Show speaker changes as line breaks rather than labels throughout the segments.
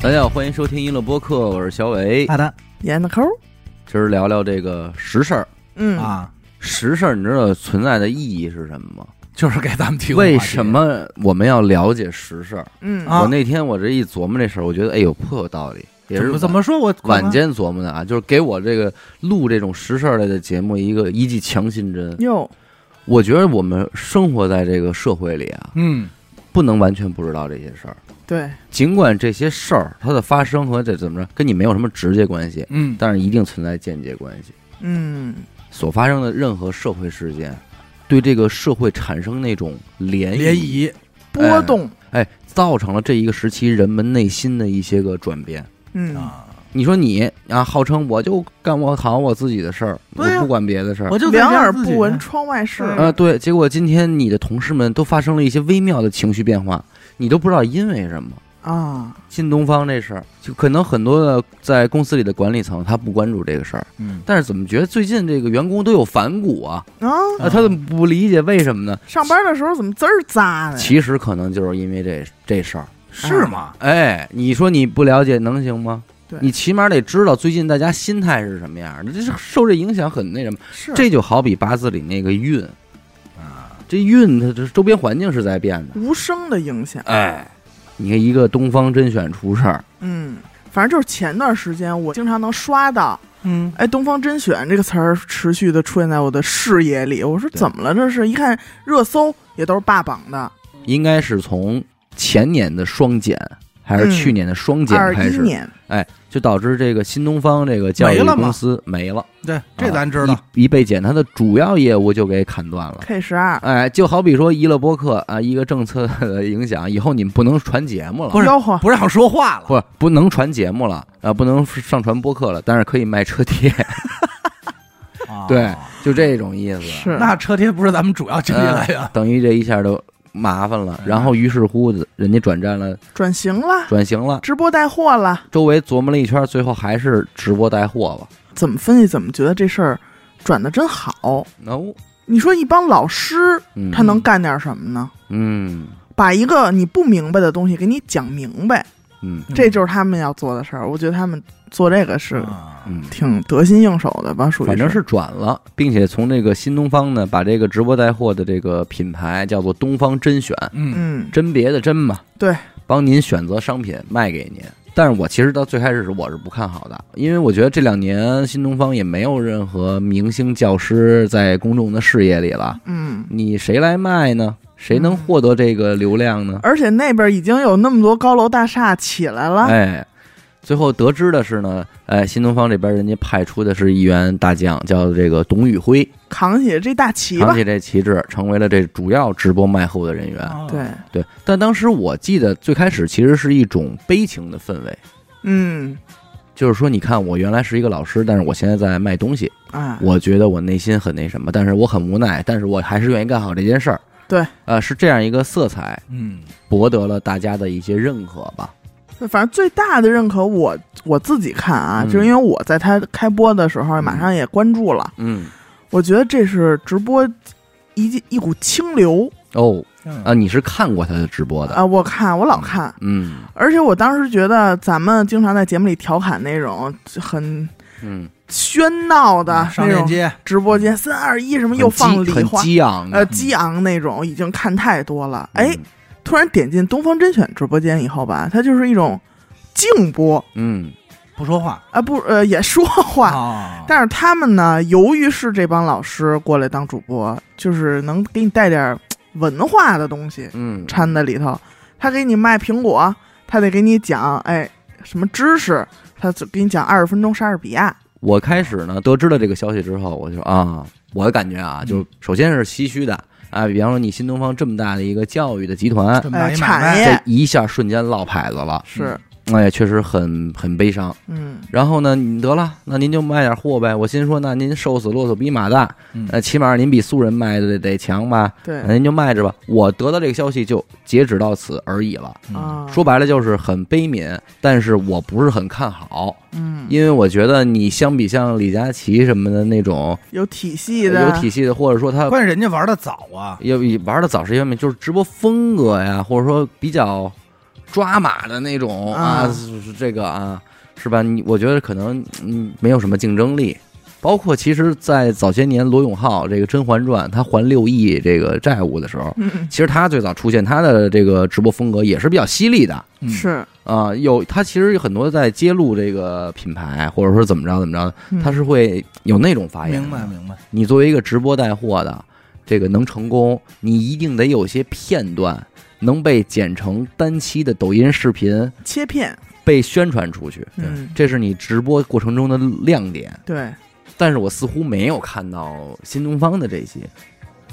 大家好，欢迎收听一乐播客，我是小
哎
伟。
大丹
严的抠儿，
今儿聊聊这个实事儿。
嗯，
啊，
实事儿，你知道存在的意义是什么吗？
就是给咱们提供
为
话题
什么我们要了解实事儿？
嗯
啊
我那天我这一琢磨这事儿，我觉得哎呦颇有道理，也
怎
是
么怎么说我
晚间琢磨的啊，就是给我这个录这种实事儿类的节目一个一剂强心针。
哟，
我觉得我们生活在这个社会里啊，
嗯
不能完全不知道这些事儿。
对，
尽管这些事儿它的发生和这怎么着跟你没有什么直接关系，
嗯
但是一定存在间接关系。
嗯，
所发生的任何社会事件，对这个社会产生那种涟
联，谊
波动，
哎，造成了这一个时期人们内心的一些个转变。
嗯，
啊，
你说你啊，号称我就干我好我自己的事儿，我
对呀
不管别的事儿
我。就在
嗯两
家
耳
自己
不闻窗外事，
嗯
啊，对，结果今天你的同事们都发生了一些微妙的情绪变化，你都不知道因为什么。
啊，
新东方这事儿，就可能很多的在公司里的管理层他不关注这个事儿，
嗯
但是怎么觉得最近这个员工都有反骨啊？
啊，
啊，他怎么不理解为什么呢？
上班的时候怎么滋儿扎呢？
其实可能就是因为这这事儿。
嗯
是吗？
哎，你说你不了解能行吗？
对
你起码得知道最近大家心态是什么样儿的，这是受这影响很那什么。
是嗯
这就好比八字里那个运
啊，
这运它这周边环境是在变的。
无声的影响，
哎，你看一个东方甄选出事儿，
嗯，反正就是前段时间我经常能刷到，
嗯
哎，“东方甄选”这个词儿持续的出现在我的视野里，我说
对
怎么了？这是一看热搜也都是霸榜的，
应该是从前年的双减还是
嗯
去年的双减
二
开
一
始，
年，
啊
哎，就导致这个新东方这个教育
没了吗
公司没了，
对，这咱知
啊
道
一一被减，它的主要业务就给砍断了。
K 十二，
哎，就好比说娱乐播客啊，一个政策的影响，以后你们不能传节目了，
不是
吆喝，
不让说话了，
不不能传节目了啊，不能上传播客了，但是可以卖车贴，
啊
对，就这种意思。
是
那车贴不是咱们主要经济
嗯
来源，
等于这一下都麻烦了，然后于是乎人家转战了，
转型了，
转型了，
直播带货了，
周围琢磨了一圈，最后还是直播带货吧。
怎么分析怎么觉得这事儿转的真好。
no，
你说一帮老师
嗯，
他能干点什么呢？
嗯
把一个你不明白的东西给你讲明白，
嗯
这就是他们要做的事儿。我觉得他们做这个是
啊
嗯，
挺得心应手的吧，属于
反正是转了，并且从这个新东方呢，把这个直播带货的这个品牌叫做东方甄选，
嗯
嗯，
甄别的甄嘛，
对，
帮您选择商品卖给您。但是我其实到最开始我是不看好的，因为我觉得这两年新东方也没有任何明星教师在公众的视野里了，
嗯。
你谁来卖呢？谁能
嗯
获得这个流量呢？
而且那边已经有那么多高楼大厦起来了，
哎，最后得知的是呢，哎，新东方这边人家派出的是一员大将，叫这个董宇辉，
扛起这大旗
扛
吧。
起这旗帜，成为了这主要直播卖货的人员。
啊
嗯对，
对，但当时我记得最开始其实是一种悲情的氛围，
嗯，
就是说，你看我原来是一个老师，但是我现在在卖东西，
啊，
我觉得我内心很那什么，但是我很无奈，但是我还是愿意干好这件事儿。
对，
呃，是这样一个色彩，
嗯
博得了大家的一些认可吧。
反正最大的认可我我自己看啊，
嗯
就是因为我在他开播的时候，
嗯
马上也关注了，
嗯，
我觉得这是直播一一股清流
哦，啊，
呃
啊
你是看过他的直播的？
啊！我看我老看，
嗯
而且我当时觉得咱们经常在节目里调侃那种很
嗯，
喧闹的
上
那
链
种
接
直播间，三二一什么
很
嗯又放
激
礼
很
花，
激昂的
呃，，激昂那种，已经看太多了。哎，
嗯
突然点进东方甄选直播间以后吧，它就是一种静播
嗯
不说话
啊，不呃也说话，
啊，
但是他们呢，由于是这帮老师过来当主播，就是能给你带点儿文化的东西
嗯，
掺在里头。他给你卖苹果，他得给你讲，哎，什么知识，他只给你讲二十分钟莎士比亚。
我开始呢得知了这个消息之后，我就啊，我的感觉啊，
嗯
就首先是唏嘘的啊，比方说你新东方这么大的一个教育的集团，
这么大一
呃
买卖
产业
这一下瞬间落牌子了，
是，
哎呀，确实很很悲伤。
嗯，
然后呢，你得了，那您就卖点货呗。我心说，那您瘦死骆驼比马大
嗯，
呃，起码您比素人卖的得得强吧，
对
那您就卖着吧。我得到这个消息就截止到此而已了。
嗯
啊，
说，白了就是很悲悯，但是我不是很看好，
嗯，
因为我觉得你相比像李佳琦什么的那种
有体系的，
有体系的，或者说他
关键人家玩的早啊，
也玩的早是一方面，就是直播风格呀，或者说比较抓马的那种啊，
啊
是这个啊，是吧？你我觉得可能嗯没有什么竞争力。包括其实，在早些年罗永浩这个《甄嬛传》，他还六亿这个债务的时候，
嗯，
其实他最早出现他的这个直播风格也是比较犀利的
嗯
是，
啊、有他其实有很多在揭露这个品牌，或者说怎么着怎么着，
嗯
他是会有那种发言。
嗯明白明白，
你作为一个直播带货的，这个能成功，你一定得有些片段能被剪成单期的抖音视频
切片，
被宣传出去，
对
嗯，
这是你直播过程中的亮点。
对，
但是我似乎没有看到新东方的这些，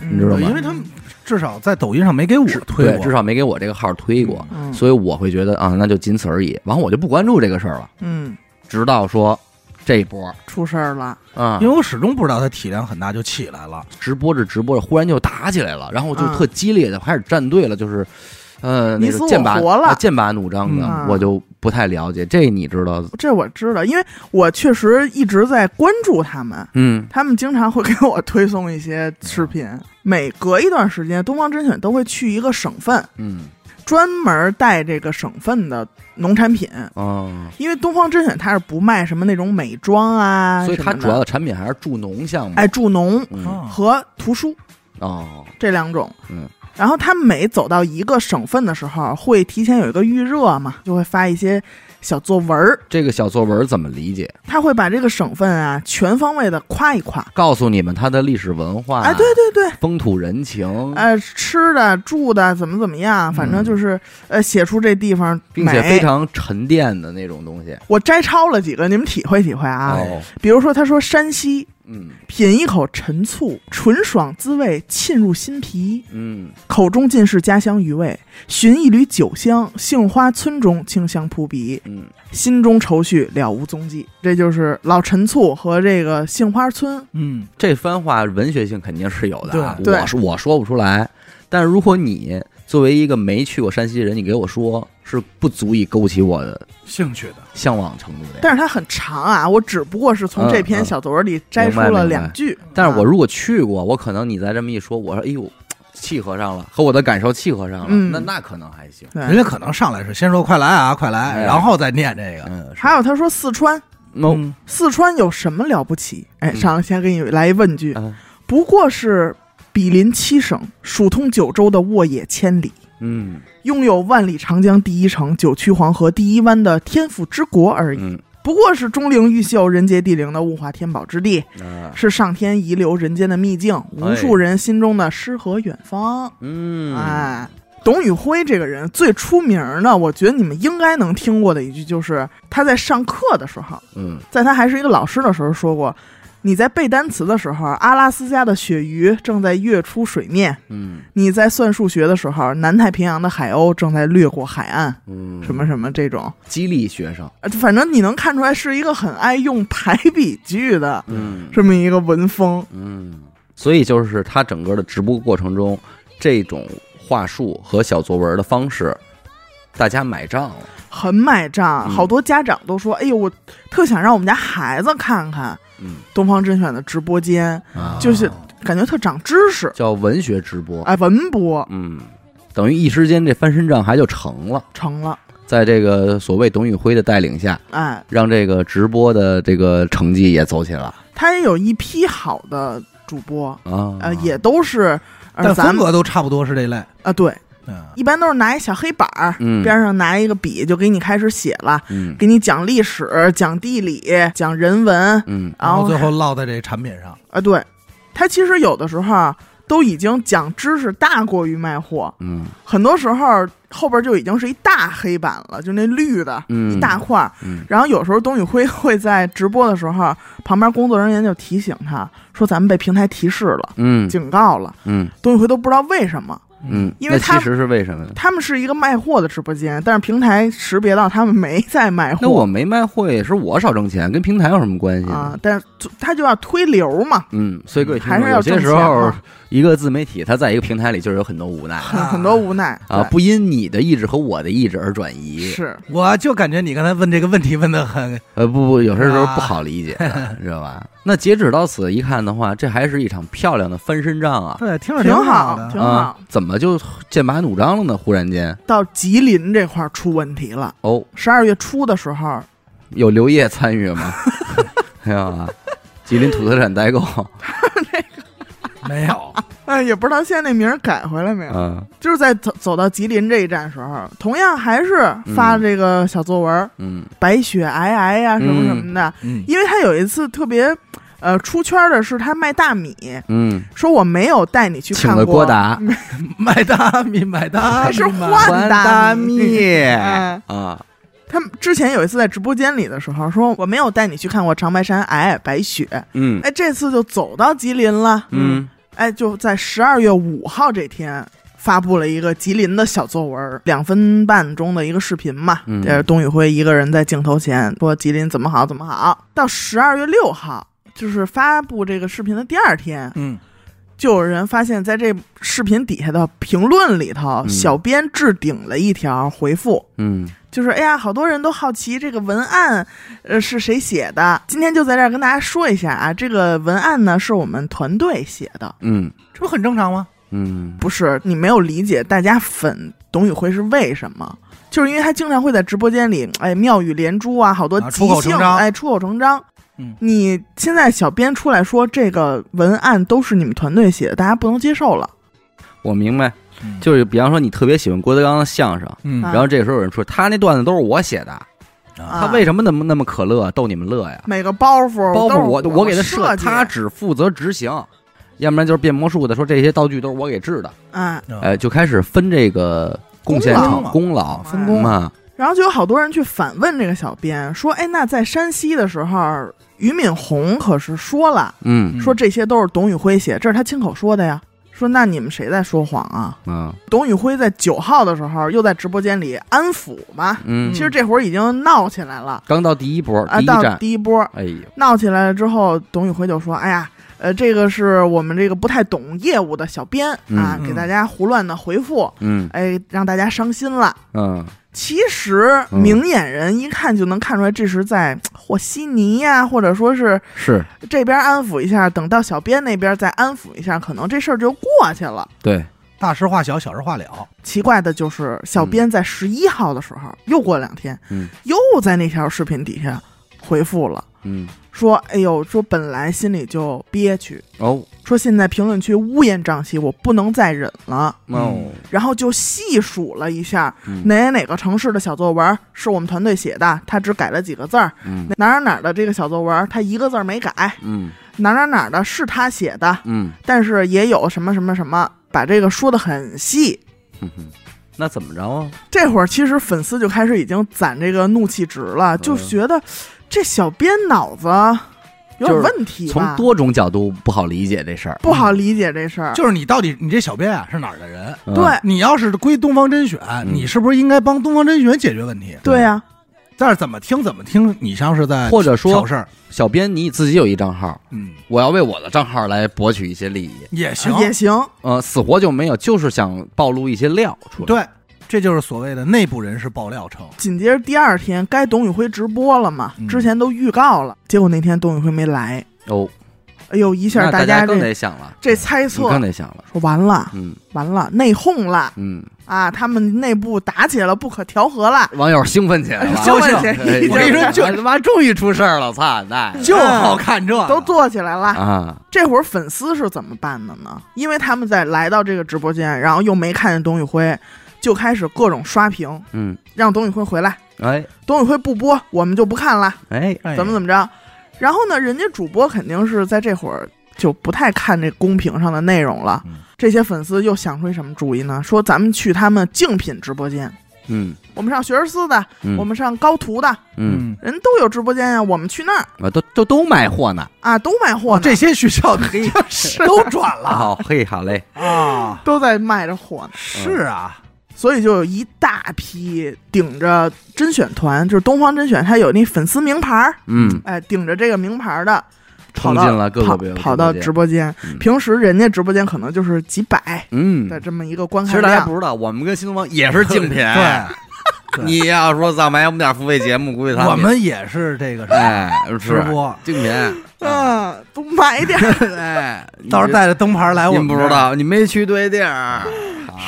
嗯
你知道吗
因为他们至少在抖音上没给我推
对，
过
至，少没给我这个号推过，
嗯
所以我会觉得啊，那就仅此而已。完，我就不关注这个事儿了，
嗯，
直到说这一波
出事儿了，
啊
因，为我始终不知道它体量很大就起来了。
直播着直播着，忽然就打起来了，然后就
啊
特激烈的开始站队了，就是，呃，那
你死
个
我
剑拔
活了
啊剑拔弩张的，
嗯
我就不太了解，这你知道？
这我知道，因为我确实一直在关注他们。
嗯
他们经常会给我推送一些视频，每隔一段时间，东方甄选都会去一个省份，
嗯
专门带这个省份的农产品。
哦，
因为东方甄选它是不卖什么那种美妆啊，
所以它
什么的
主要的产品还是助农项目，
哎助农
嗯
啊
和图书
哦，
这两种。
嗯，
然后他每走到一个省份的时候，会提前有一个预热嘛，就会发一些小作文儿，
这个小作文怎么理解？
他会把这个省份啊全方位的夸一夸。
告诉你们它的历史文化，
哎，对对对，
风土人情，
呃，吃的、住的怎么怎么样，反正就是、呃，写出这地方
嗯并且
美
非常沉淀的那种东西。
我摘抄了几个，你们体会体会啊。
哦，
比如说，他说山西
嗯
品一口陈醋，醇爽滋味沁入心脾，
嗯，
口中尽是家乡余味；寻一缕酒香，杏花村中清香扑鼻，
嗯，
心中愁绪了无踪迹。这就是老陈醋和这个杏花村。
嗯，
这番话文学性肯定是有的啊，
对对
我说我说不出来。但是如果你作为一个没去过山西的人，你给我说是不足以勾起我的
兴趣的，
向往程度的。
但是它很长啊，我只不过是从这
嗯
篇
嗯
小作文里摘出
明白
了
明白
两句。
但是我
啊
如果去过，我可能你再这么一说，我说哎呦，契合上了，和我的感受契合上了，
嗯
那那可能还行。
对
人家可能上来是先说快来啊，快来，
哎
然后再念这个。
嗯，
还有他说四川，
那、
嗯
四川有什么了不起？哎，
嗯
上来先给你来一问句，
嗯
不过是比邻七省，属通九州的沃野千里，
嗯
拥有万里长江第一城、九曲黄河第一湾的天府之国而已。
嗯
不过是钟灵毓秀、人杰地灵的物华天宝之地，
啊
是上天遗留人间的秘境，无数人心中的诗和远方。
嗯
哎，董宇辉这个人最出名的，我觉得你们应该能听过的一句，就是他在上课的时候，
嗯
在他还是一个老师的时候说过，你在背单词的时候，阿拉斯加的鳕鱼正在跃出水面；
嗯
你在算数学的时候，南太平洋的海鸥正在掠过海岸，
嗯，
什么什么这种。
激励学生？
呃反正你能看出来是一个很爱用排比句的
嗯
这么一个文风。
嗯，所以就是他整个的直播过程中，这种话术和小作文的方式，大家买账了。
很买账，
嗯
好多家长都说：“哎呦，我特想让我们家孩子看看
嗯，
东方甄选的直播间，
啊
就是感觉特长知识。
叫文学直”播。
哎，文博
嗯，等于一时间这翻身仗还就成了。
成了，
在这个所谓董宇辉的带领下，
哎，
让这个直播的这个成绩也走起来
他也有一批好的主播，
啊。
呃，也都是，呃，
但
咱
风
们啊、啊
格都差不多是这类。
对，
嗯，
一般都是拿一小黑板儿，
嗯
边上拿一个笔，就给你开始写了，
嗯
给你讲历史、讲地理、讲人文，
嗯
然
后
后最后落在这产品上。
啊，对，他其实有的时候啊都已经讲知识大过于卖货，
嗯
很多时候后边就已经是一大黑板了，就那绿的。
嗯，
一大块儿，
嗯
然后有时候董宇辉 会在直播的时候，旁边工作人员就提醒他说：“咱们被平台提示了，
嗯
警告了。
嗯”
董宇辉都不知道为什么，
嗯，
因为
那
他
其实是为什么呢？
他们是一个卖货的直播间，但是平台识别到他们没在卖
那我
货
没卖货也是我少挣钱，跟平台有什么关系呢
啊，但是他就要推流嘛，
嗯，所以各位听
还
众，
是要
有些
挣
时
钱
候
嘛
一个自媒体，它在一个平台里就是有很多无奈
很很多无奈
啊，
对
不因你的意志和我的意志而转移。
是
我就感觉你刚才问这个问题问的很，
呃，不不，有些时候
啊
不好理解 的，知道吧？那截止到此一看的话，这还是一场漂亮的翻身仗啊！
对，听着
挺
好
好，
的。
挺好
啊。，怎么么就剑拔弩张了呢？忽然间，
到吉林这块儿出问题了。
哦，
十二月初的时候，
有刘烨参与吗？ 没有啊，吉林土特产 代购，
没有，
哎，也不知道现在那名儿改回来没有。
嗯
就是在走走到吉林这一站时候，同样还是发这个小作文儿，
嗯
白雪皑皑呀、什么什么的。
嗯，
因为他有一次特别，呃，出圈儿的是他卖大米，
嗯，
说我没有带你去看
请
过
了郭 达，
买大米，买大
还
米
是
嘛，
换大 米。哎
啊，
他们之前有一次在直播间里的时候说我没有带你去看过长白山皑皑白雪，
嗯
哎，这次就走到吉林了，
嗯
哎，就在十二月五号这天发布了一个吉林的小作文儿，两分半钟的一个视频嘛，
嗯
呃，董宇辉一个人在镜头前说吉林怎么好怎么好。到十二月六号，就是发布这个视频的第二天，
嗯，
就有人发现，在这视频底下的评论里头，
嗯
小编置顶了一条回复，
嗯
就是哎呀，好多人都好奇这个文案，呃，是谁写的？今天就在这儿跟大家说一下啊，这个文案呢是我们团队写的，
嗯
这不很正常吗？
嗯
不是你没有理解大家粉董宇辉是为什么。就是因为他经常会在直播间里，哎，妙语连珠啊，好多
啊
即
出口
兴，
成章
哎，出口成章。
嗯
你现在小编出来说这个文案都是你们团队写的，大家不能接受了。
我明白，
嗯
就是比方说你特别喜欢郭德纲的相声，
嗯
啊
然后这时候有人说他那段子都是我写的，他
啊
为什么那么那么可乐逗你们乐呀？
每个包袱
包
都是
括我
哦我
我给他设，
设计的
他只负责执行，要不然就是变魔术的说这些道具都是我给制的，
啊，
呃
哎，就开始分这个贡献
功劳
成功劳嗯
分
工
嘛，
然后就有好多人去反问这个小编说：“哎，那在山西的时候，俞敏洪可是说了，
嗯
说这些都是董宇辉写，这是他亲口说的呀。说那你们谁在说谎啊？
嗯
董宇辉在九号的时候又在直播间里安抚嘛，
嗯
其，实这会儿已经闹起来了
刚到第一波
啊。
第一
到
站，
第一波
哎呦，
闹起来了之后，董宇辉就说：“哎呀，呃，这个是我们这个不太懂业务的小编啊，
嗯
给大家胡乱的回复，
嗯
哎，让大家伤心了。”
嗯
其实
嗯
明眼人一看就能看出来，这是在和稀泥呀、或者说是
是
这边安抚一下，等到小编那边再安抚一下，可能这事儿就过去了。
对，
大事化小，小事化了，
奇怪的就是，小编在十一号的时候，又过两天，
嗯
又在那条视频底下回复了，
嗯
说：“哎呦，说本来心里就憋屈，
哦
说现在评论区乌烟瘴气，我不能再忍了。”
哦
然后就细数了一下
嗯
哪哪哪个城市的小作文是我们团队写的，他只改了几个字儿，
嗯
哪儿哪儿的这个小作文，他一个字儿没改；
嗯
哪儿哪儿哪儿的是他写的，
嗯
但是也有什么什么什么，把这个说的很细。
嗯哼，那怎么着啊？
这会儿其实粉丝就开始已经攒这个怒气值
嗯
了，就觉得这小编脑子有点问题
从
吧，
多种角度不好理解这事儿，
不好理解这事儿。
就是你到底你这小编啊是哪儿的人？
嗯
对
你要是归东方甄选，你是不是应该帮东方甄选解决问题？
对啊呀，
但是怎么听怎么听，你像是在
或者说
挑事儿，
小编你自己有一账号，
嗯，
我要为我的账号来博取一些利益，
也行，
也行，
呃，死活就没有，就是想暴露一些料出来。
对，这就是所谓的内部人士爆 料称，
紧接着第二天该董宇辉直播了嘛，
嗯
之前都预告了，结果那天董宇辉没来，
哦，
哎呦一下
那大家更
这
得想了，
这猜
你更
测。
得想了，
说完了，
嗯
完了，内讧了
嗯，
啊！他们内部打起来了，不可调和了。
网友兴奋起来 了，
兴
交
奋
换
兴
钱
哎
已经
我跟你说就
他妈终于出事儿了，操！那
就好看这个
嗯都做起来了。
啊，
这会儿粉丝是怎么办的呢？因为他们在来到这个直播间，然后又没看见董宇辉，就开始各种刷屏，
嗯，
让董宇辉回来。
哎
董宇辉不播，我们就不看了，
哎，
哎
怎么怎么着？然后呢，人家主播肯定是在这会儿就不太看这公屏上的内容了
嗯。
这些粉丝又想出一什么主意呢？说咱们去他们竞品直播间，
嗯
我们上学而思的，
嗯，
我们上高途的，
嗯，
嗯，
人都有直播间呀、我们去那儿
啊，都都都卖货呢，
啊，都卖货
哦，
嗯
呢。
这些学校黑
哦
都转 了
好哦嘿，好嘞，
啊，
都在卖着火呢，
是啊，
嗯
所以就有一大批顶着甄选团，就是东方甄选，它有那粉丝名牌儿，
嗯，
哎，顶着这个名牌儿的，跑
冲
到
进了各
跑
个
跑到直
直，
播间。
嗯
平时人家直播间可能就是几百
嗯，
的这么一个观
其
看
实大家
量
不，知道，我们跟新东方也是竞品，
对，对
你要说咱买我们点付费节目，估计他
我们也是这个
哎
直
是
播，啊
竞品，
嗯，都买点儿。
哎，
到时候带着灯牌来我
您
们
不
这
知
儿
道，你没去对地儿，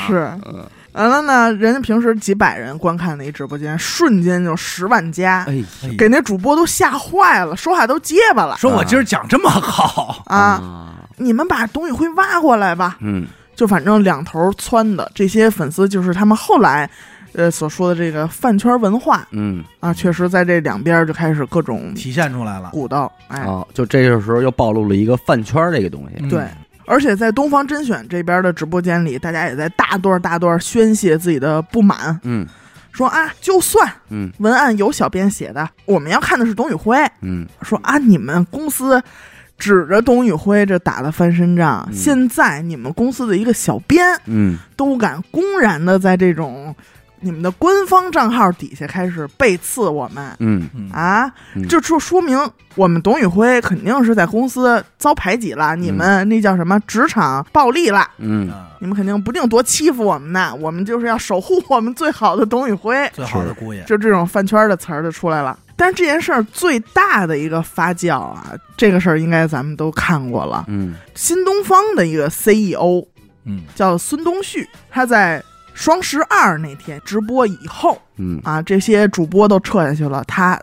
是，
嗯，
完了呢，人家平时几百人观看的一直播间，瞬间就十万加，
哎，
给那主播都吓坏了，说话都结巴了
说我
嗯
今儿讲这么好，
啊！你们把董宇辉挖过来吧，
嗯，
就反正两头窜的这些粉丝，就是他们后来。呃，所说的这个饭圈文化
嗯，
啊，确实在这两边就开始各种
体现出来了。
鼓捣，哎，
哦，就这个时候又暴露了一个饭圈儿这个东西，
嗯
对，而且在东方甄选这边的直播间里，大家也在大段大段宣泄自己的不满，
嗯
说啊，就算
嗯
文案有小编写的，我们要看的是董宇辉，
嗯
说啊，你们公司指着董宇辉这打了翻身仗，
嗯
现在你们公司的一个小编
嗯，
都敢公然的在这种你们的官方账号底下开始背刺我们。
嗯
嗯，
啊
嗯，
这就说明我们董宇辉肯定是在公司遭排挤了，你们那叫什么职场暴力了，
嗯，
啊
你们肯定不定多欺负我们呢，我们就是要守护我们最好的董宇辉，
最好的姑爷，
就这种饭圈的词儿就出来了。但是这件事儿最大的一个发酵啊，这个事儿应该咱们都看过了。
嗯
新东方的一个 E CEO
嗯
叫孙东旭，他在双十二那天直播以后
嗯
啊，这些主播都撤下去了，他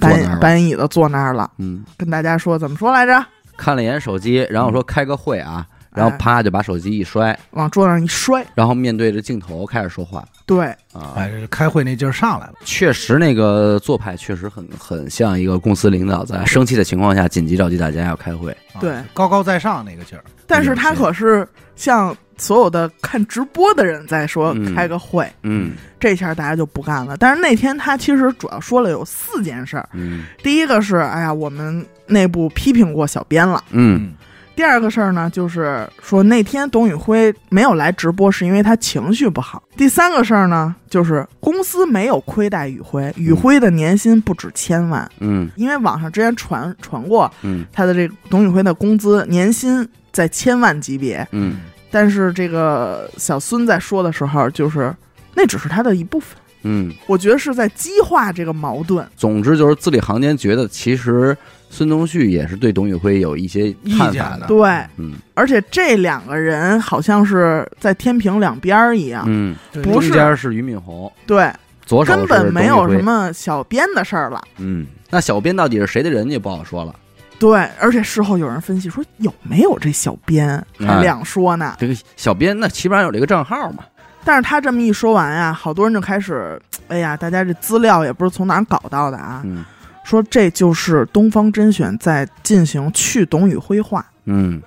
坐那儿了
板板椅子坐那儿了，
嗯，
跟大家说怎么说来着？
看了一眼手机，然后说开个会啊，然后
哎
啪就把手机一摔，
往桌上一摔，
然后面对着镜头开始说话
对，
啊，
哎，这开会那劲儿上来了，
确实，那个做派确实很很像一个公司领导在生气的情况下紧急召集大家要开会。
啊
对，
高高在上那个劲儿，
但是他可是向所有的看直播的人在说
嗯
开个会，
嗯
这下大家就不干了。但是那天他其实主要说了有四件事儿，
嗯
第一个是，哎呀，我们内部批评过小编了。
嗯
第二个事儿呢，就是说那天董宇辉没有来直播，是因为他情绪不好。第三个事儿呢，就是公司没有亏待宇辉，宇辉的年薪不止千万，
嗯
因为网上之前传传过
嗯
他的这个董宇辉的工资年薪在千万级别，
嗯，
但是这个小孙在说的时候，就是那只是他的一部分。
嗯，
我觉得是在激化这个矛盾，
总之就是字里行间觉得，其实孙东旭也是对董宇辉有一些
意
看法
见
的。
对，
嗯
啊而且这两个人好像是在天平两边儿一样，
嗯，
对
啊不
中
是
间是俞敏洪，
对，
左手
根
是
本没有
董宇
什
辉。
么小编的事儿了。
嗯，那小编到底是谁的人就不好说了。
对，而且事后有人分析说有没有这小编
嗯
还两说呢，
这个小编那起码有这个账号嘛。
但是他这么一说完啊，好多人就开始，哎呀，大家这资料也不是从哪儿搞到的啊，
嗯
说这就是东方甄选在进行去董宇辉化，
嗯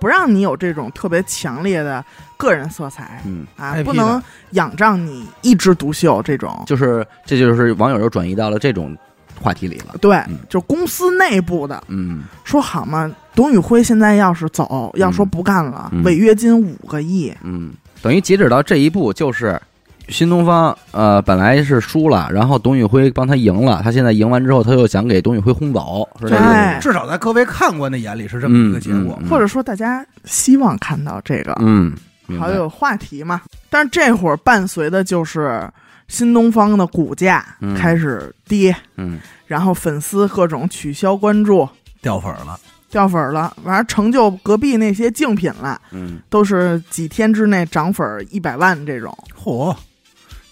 不让你有这种特别强烈的个人色彩
嗯，
啊，
IP
不能
的
仰仗你一枝独秀这种。
就是这就是网友又转移到了这种话题里了。
对
嗯，
就公司内部的
嗯
说好嘛，董宇辉现在要是走，要说不干了，
嗯
违约金五个亿，
嗯，等于截止到这一步，就是新东方呃本来是输了，然后董宇辉帮他赢了，他现在赢完之后，他又想给董宇辉轰走，是这意思
哎
吗？
至少在各位看官的眼里是这么一个结果
嗯。嗯
或者说大家希望看到这个，
嗯，明
好
白。
有话题嘛。但是这会儿伴随的就是新东方的股价
嗯
开始跌，
嗯
然后粉丝各种取消关注。
掉粉儿了，
掉粉儿了，完了成就隔壁那些竞品了，
嗯
都是几天之内涨粉一百万这种。
嚯！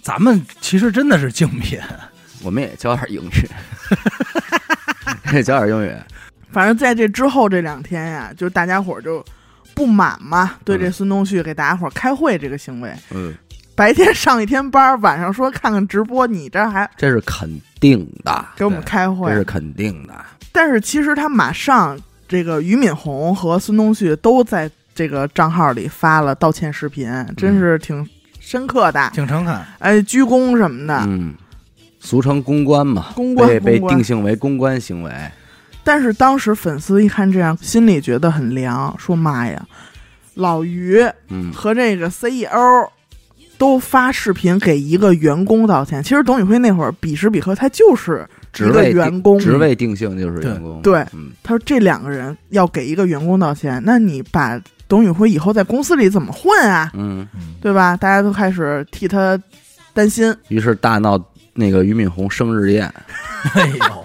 咱们其实真的是竞品，
我们也教点英语，也教点英语。
反正在这之后这两天呀，就大家伙儿就不满嘛，对这孙东旭给大家伙儿开会这个行为，
嗯，
白天上一天班儿，晚上说看看直播，你这还
这是肯定的，
给我们开
这是
会。
肯定的。
但是其实他马上这个俞敏洪和孙东旭都在这个账号里发了道歉视频，
嗯
真是挺深刻的，
挺诚恳。
哎，鞠躬什么的。
嗯，俗称公关嘛，
公关
被被
公关
定性为公关行为。
但是当时粉丝一看这样，心里觉得很凉，说妈呀，老于
嗯
和这个 CEO 都发视频给一个员工道歉。其实董宇辉那会儿彼时彼刻，他就是
职
一个
位定
员工，
职位定性就是员工。
对对
嗯
他说这两个人要给一个员工道歉，那你把董宇辉以后在公司里怎么混啊？
嗯，
嗯，
对吧？大家都开始替他担心，
于是大闹那个俞敏洪生日 宴，
哎呦，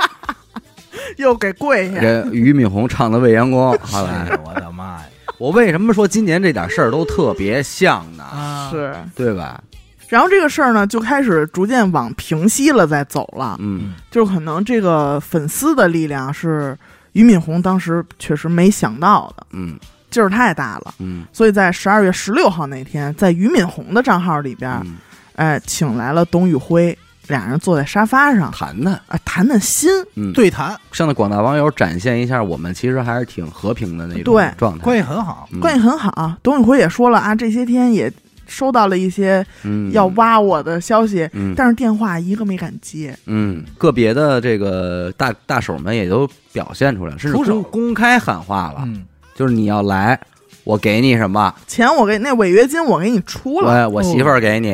又给跪下。
给俞敏洪唱的《未央 宫》。后来，
哎我的妈呀！
我为什么说今年这点事儿都特别像呢？
啊
是。
对吧？
然后这个事儿呢，就开始逐渐往平息了再走了，
嗯
就可能这个粉丝的力量是俞敏洪当时确实没想到的，
嗯
劲儿太大了。
嗯
所以在十二月十六号那天，在俞敏洪的账号里边，
嗯，
哎，请来了董宇辉，俩人坐在沙发上
谈谈，
啊，谈谈心。
嗯，
对谈，
向广大网友展现一下，我们其实还是挺和平的那种
对
状态，
关系很好。
嗯
关系很好。董宇辉也说了啊，这些天也收到了一些
嗯
要挖我的消息，
嗯
但是电话一个没敢接。
嗯，个别的这个大大手们也都表现出来，甚至
出手
公公开喊话了，
嗯，
就是你要来，我给你什么，
钱我给那违约金我给你出了，
我我媳妇 儿给你，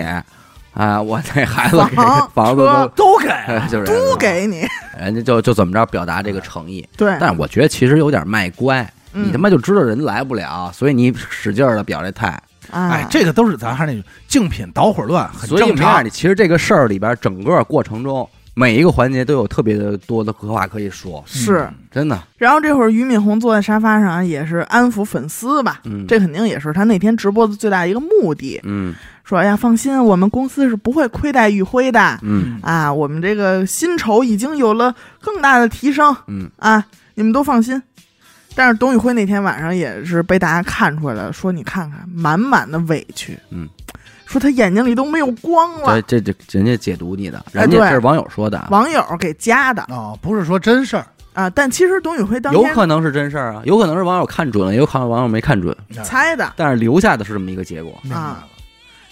啊，我那孩子给
嗯房
房子
车
都哎
都 给
就是
都，给你。
人家就就怎么着表达这个诚意，
对，
但是我觉得其实有点卖乖，
嗯
你他妈就知道人来不了，所以你使劲的表这态，
哎
哎，这个都是咱还是那句，竞品导火乱，很
所以
正
没让
常。
你，其实这个事儿里边整个过程中每一个环节都有特别的多的话可以说，嗯
是。
真的，
然后这会儿俞敏洪坐在沙发上啊也是安抚粉丝吧，
嗯，
这肯定也是他那天直播的最大一个目的。
嗯
说哎呀，放心，我们公司是不会亏待玉辉的
嗯
啊，我们这个薪酬已经有了更大的提升
嗯
啊，你们都放心。但是董宇辉那天晚上也是被大家看出来了，说你看看满满的委屈，
嗯，
说他眼睛里都没有光了
这。这这人家解读你的，
哎
人家
对
这是网友说的啊，
网友给加的
啊，不是说真事儿，
啊，但其实董宇辉当
有
天
可能是真事儿啊，有可能是网友看准了，有可能网友没看准，
猜的，
但是留下的是这么一个结果。
明白了。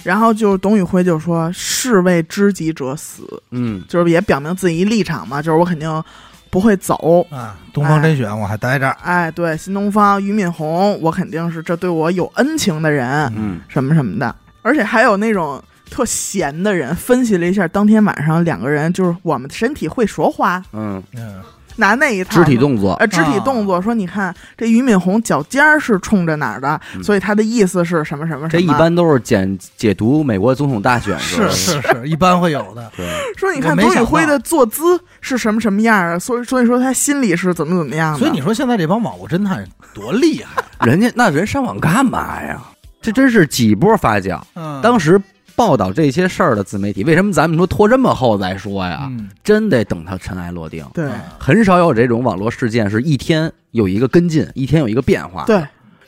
然后就董宇辉就说“士为知己者死
嗯”，
就是也表明自己立场嘛，就是我肯定不会走。
啊，东方甄选我还待这儿，
哎，对，新东方俞敏洪，我肯定是这对我有恩情的人，
嗯
什么什么的。而且还有那种特闲的人，分析了一下当天晚上两个人，就是我们身体会说话，
嗯，
嗯，
拿那一套
肢体动作，
呃，肢
啊
体动作说，你看这俞敏洪脚尖儿是冲着哪儿的，
嗯
所以他的意思是什么什么什
这
么。
一般都是解解读美国总统大选时候
是
是是，一般会有的。
对，
说你看
我没
董宇
想到
辉的坐姿是什么什么样儿，啊所以所以说他心里是怎么怎么
啊
样的。
所以你说现在这帮网络侦探多厉害，
人家那人上网干嘛呀？这真是几波发酵。
嗯
当时报道这些事儿的自媒体，为什么咱们说拖这么后再说呀？
嗯
真得等它尘埃落定。
对、
很少有这种网络事件是一天有一个跟进，一天有一个变化。
对，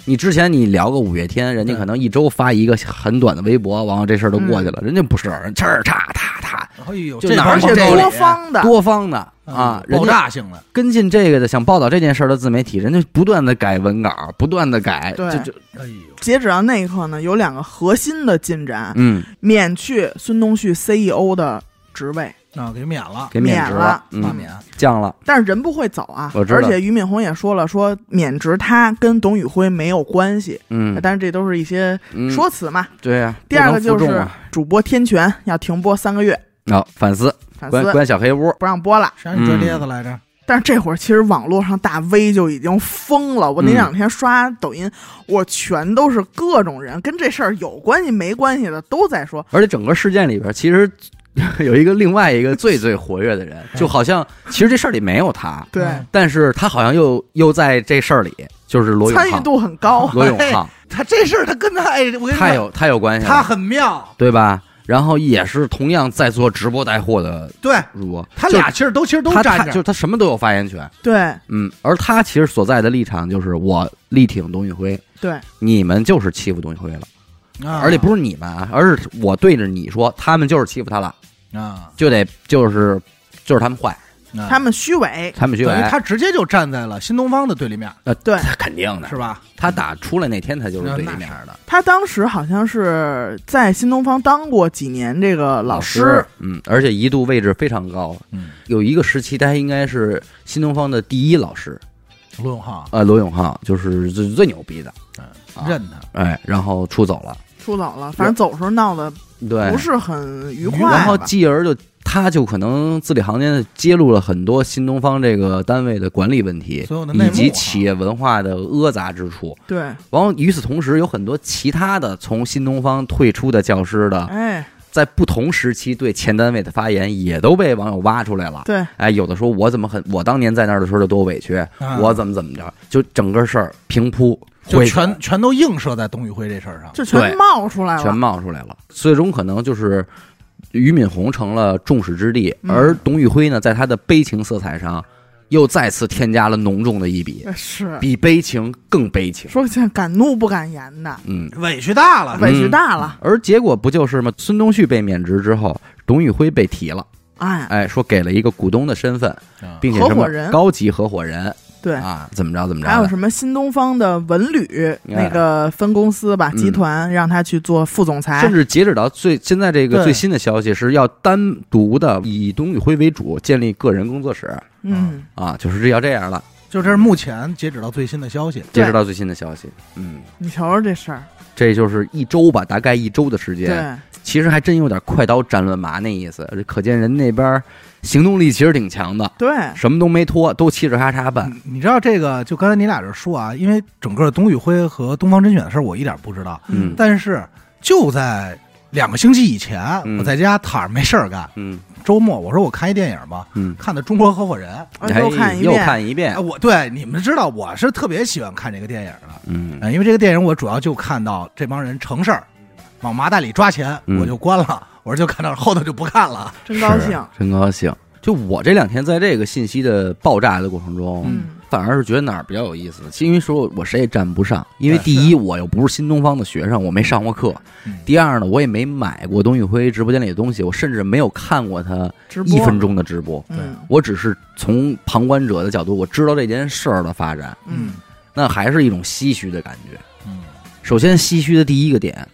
你之前你聊个五月天，人家
对
可能一周发一个很短的微博，完了这事儿都过去了。人家不是，人呲儿嚓嚓嚓，
哎呦，
就
这
哪
帮
儿
而且
这
都
里
多方的
多方的
嗯
啊，人
爆
家
炸性的，
跟进这个的，想报道这件事儿的自媒体，人家不断的改文稿，不断的改，
对
就就
哎呦，
截止到那一刻呢，有两个核心的进展：
嗯，
免去孙东旭 CEO 的职位，
啊，给免了，
给免职了，
罢
嗯，
免，
降了，
但是人不会走啊。
我知道
而且俞敏洪也说了，说免职他跟董宇辉没有关系，
嗯，
哎但是这都是一些
嗯
说辞嘛。
对呀。
第二
不
个
能
就
服众
是
啊
主播天权要停播三个月，
哦，反思，
反
关
思
关小黑屋，
不让播了。
谁让你
嗯
拽咧子来着？
但是这会儿其实网络上大 V 就已经疯了。我
嗯
那两天刷抖音，我全都是各种人跟这事儿有关系没关系的都在说，
而且整个事件里边，其实 有一个另外一个最最活跃的人，就好像其实这事儿里没有他，
嗯对，
嗯
但是他好像又又在这事儿里，就是罗永
参与
浩，
度很 高。
罗永 浩
他这事儿他跟他哎，我跟你
太
说，
有太有关系
他
了，
很妙，
对吧？然后也是同样在做直播带货的
对
主播，
他
就
俩其实都其实都
他他
站
就
着，
他什么都有发言权，
对
嗯，而他其实所在的立场就是我力挺董宇辉，
对，
你们就是欺负董宇辉了，
啊
而且不是你们啊，而是我对着你说，他们就是欺负他了，
啊，
就得就是就是他们坏，
啊
他们虚伪，
他们虚伪呃
等于，他直接就站在了新东方的对立面，
对
他肯定的
是，吧？
他打出来那天他就是对立面的
他当时好像是在新东方当过几年这个老师，，
嗯，而且一度位置非常高，
嗯，
有一个时期他应该是新东方的第一老师，
罗永浩
呃，罗永浩就是最最牛逼的，啊
认他，
哎，然后出走了，
出走了，反正走的时候闹得
对
不，是很愉快吧。
然后继而就。他就可能字里行间地揭露了很多新东方这个单位的管理问题
所有的，内幕
以及
啊
企业文化的阿杂之处。
对，
啊然后与此同时，有很多其他的从新东方退出的教师的
哎，
在不同时期对前单位的发言也都被网友挖出来了。
对，
哎，有的说我怎么很，我当年在那儿的时候就多委屈，
啊
我怎么怎么着，就整个事儿平铺，
就
灰
全全都映射在董宇辉这事儿上。
就全
对
冒出来了。
全冒出来了。最终可能就是俞敏洪成了众矢之的，
嗯
而董宇辉呢，在他的悲情色彩上又再次添加了浓重的一笔，
呃是
比悲情更悲情。
说像敢怒不敢言的，
嗯，
委屈大了，
委屈大了。
而结果不就是吗？孙东旭被免职之后，董宇辉被提了，
哎，
哎，说给了一个股东的身份，
啊
并且什
合
么
伙人
高级合伙人
对，
啊，怎么着怎么着的，
还有什么新东方的文旅
哎
那个分公司吧，
嗯
集团让他去做副总裁
甚，至截止到最现在这个
对
最新的消息是要单独的以董宇辉为主建立个人工作室
嗯，
啊，就是要这样了。
就这是目前截止到最新的消息。
截
对
止到最新的消息，嗯，
你瞧瞧这事儿，
这就是一周吧，大概一周的时间，
对，
其实还真有点快刀斩乱麻那意思。可见人那边行动力其实挺强的，
对，
什么都没拖，都嘁哧咔嚓办。
你你知道这个？就刚才你俩这说啊，因为整个董宇辉和东方甄选的事儿，我一点不知道。
嗯
但是就在两个星期以前，
嗯
我在家躺着没事儿干，
嗯
周末我说我看一电影吧，
嗯，
看的《中国合伙人》。
嗯，又
哎
看一
又
遍，哦
看一遍
哎，，我对你们知道，我是特别喜欢看这个电影的，
嗯
嗯，因为这个电影我主要就看到这帮人成事儿，往麻袋里抓钱，
嗯
我就关了，我说就看到后头就不看了。
真高
是
兴，嗯
真高兴。就我这两天在这个信息的爆炸的过程中，
嗯，
反而是觉得哪儿比较有意思。其实因为说我谁也占不上，因为
对
第一我又不是新东方的学生，我没上过课
嗯；
第二呢，我也没买过董宇辉直播间里的东西，我甚至没有看过他
直播
一分，钟的直播。
嗯
我只是从旁观者的角度，我知道这件事儿的发展，
嗯，
那还是一种唏嘘的感觉。
嗯，
首先，唏嘘的第一个点，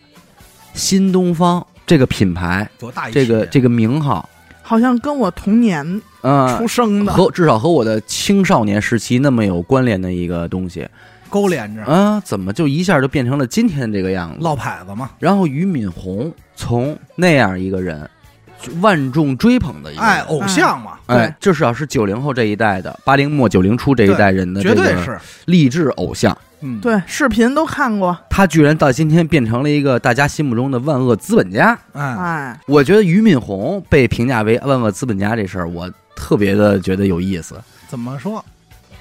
新东方这个品牌，
多大
哎
一
这个
企业
这个名号，
好像跟我同年
嗯、
出生的，
和至少和我的青少年时期那么有关联的一个东西，
勾连着
啊，怎么就一下就变成了今天这个样子？
落牌子嘛。
然后俞敏洪从那样一个人，就万众追捧的一个人，
哎，偶像嘛，
对
哎，至少是九零后这一代的，八零末九零初这一代人的
绝
这
对
个
是，
励志偶像，
嗯，，
对，视频都看过，
他居然到今天变成了一个大家心目中的万恶资本家。
哎，
哎，
我觉得俞敏洪被评价为万恶资本家这事儿，我特别的觉得有意思，
怎么说？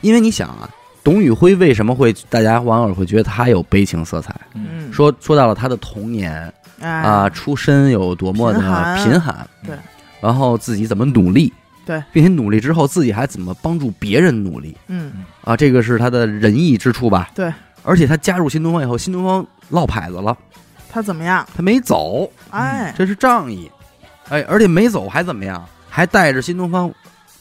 因为你想啊，董宇辉为什么会大家网友会觉得他有悲情色彩？
嗯，
嗯，
说说到了他的童年，啊，
哎，
出身有多么的
贫寒
贫寒，
对，
然后自己怎么努力，
对，
并且努力之后自己还怎么帮助别人努力
嗯，
啊，这个是他的仁义之处吧？
对，
而且他加入新东方以后，新东方落牌子了，
他怎么样？
他没走，
哎，
这是仗义，哎，而且没走还怎么样？还带着新东方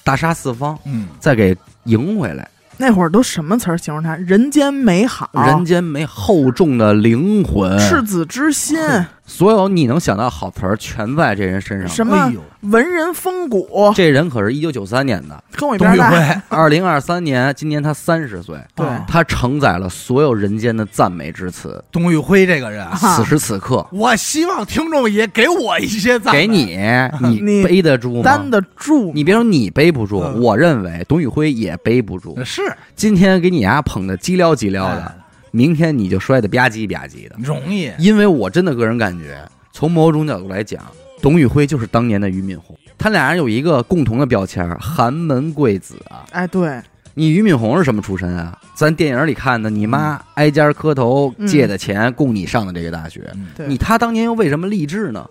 大杀四方，
嗯，
再给赢回来，
那会儿都什么词儿形容他？人间美好，
人间没厚重的灵魂，
赤子之心，
所有你能想到好词儿全在这人身上。
什么
哎呦，
文人风骨，
这人可是一九九三年的，
跟我一
董
边
宇
大，
辉，
二零二三年，今年他三十岁，
对
啊
他承载了所有人间的赞美之词。
董宇辉这个人啊，
啊
此时此刻，
我希望听众也给我一些赞美，
给你，你
你
背得住吗
担？得住，
你别说你背不住，
嗯
我认为董宇辉也背不住。
是
今天给你丫捧的鸡撩鸡撩的，
哎
明天你就摔得吧唧吧唧的。
容易，
因为我真的个人感觉，从某种角度来讲，董宇辉就是当年的俞敏洪，他俩人有一个共同的标签儿——寒门贵子啊。
哎，对，
你俞敏洪是什么出身啊？咱电影里看的，你
嗯
妈挨家磕头
嗯
借的钱供你上的这个大学，
嗯
对
你他当年又为什么励志呢？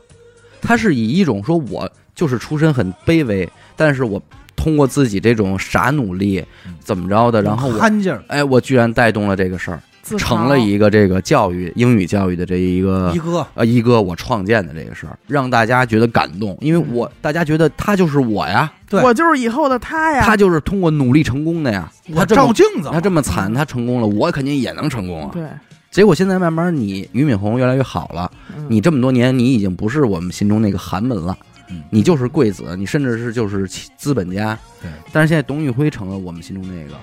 他是以一种说我就是出身很卑微，但是我通过自己这种傻努力
嗯，
怎么着的，然后我
憨劲儿，
哎，我居然带动了这个事儿，
自嘲
成了一个这个教育英语教育的这一个
一哥，
呃一个我创建的这个事儿，让大家觉得感动，因为我大家觉得他就是我呀，
对
我就是以后的他呀，
他就是通过努力成功的呀，他
我
这么
照镜子，
他这么惨，他成功了，我肯定也能成功啊。
对，
结果现在慢慢你俞敏洪越来越好了，
嗯
你这么多年你已经不是我们心中那个寒门了
嗯，
你就是贵子，你甚至是就是企资本家
对。
但是现在董宇辉成了我们心中那个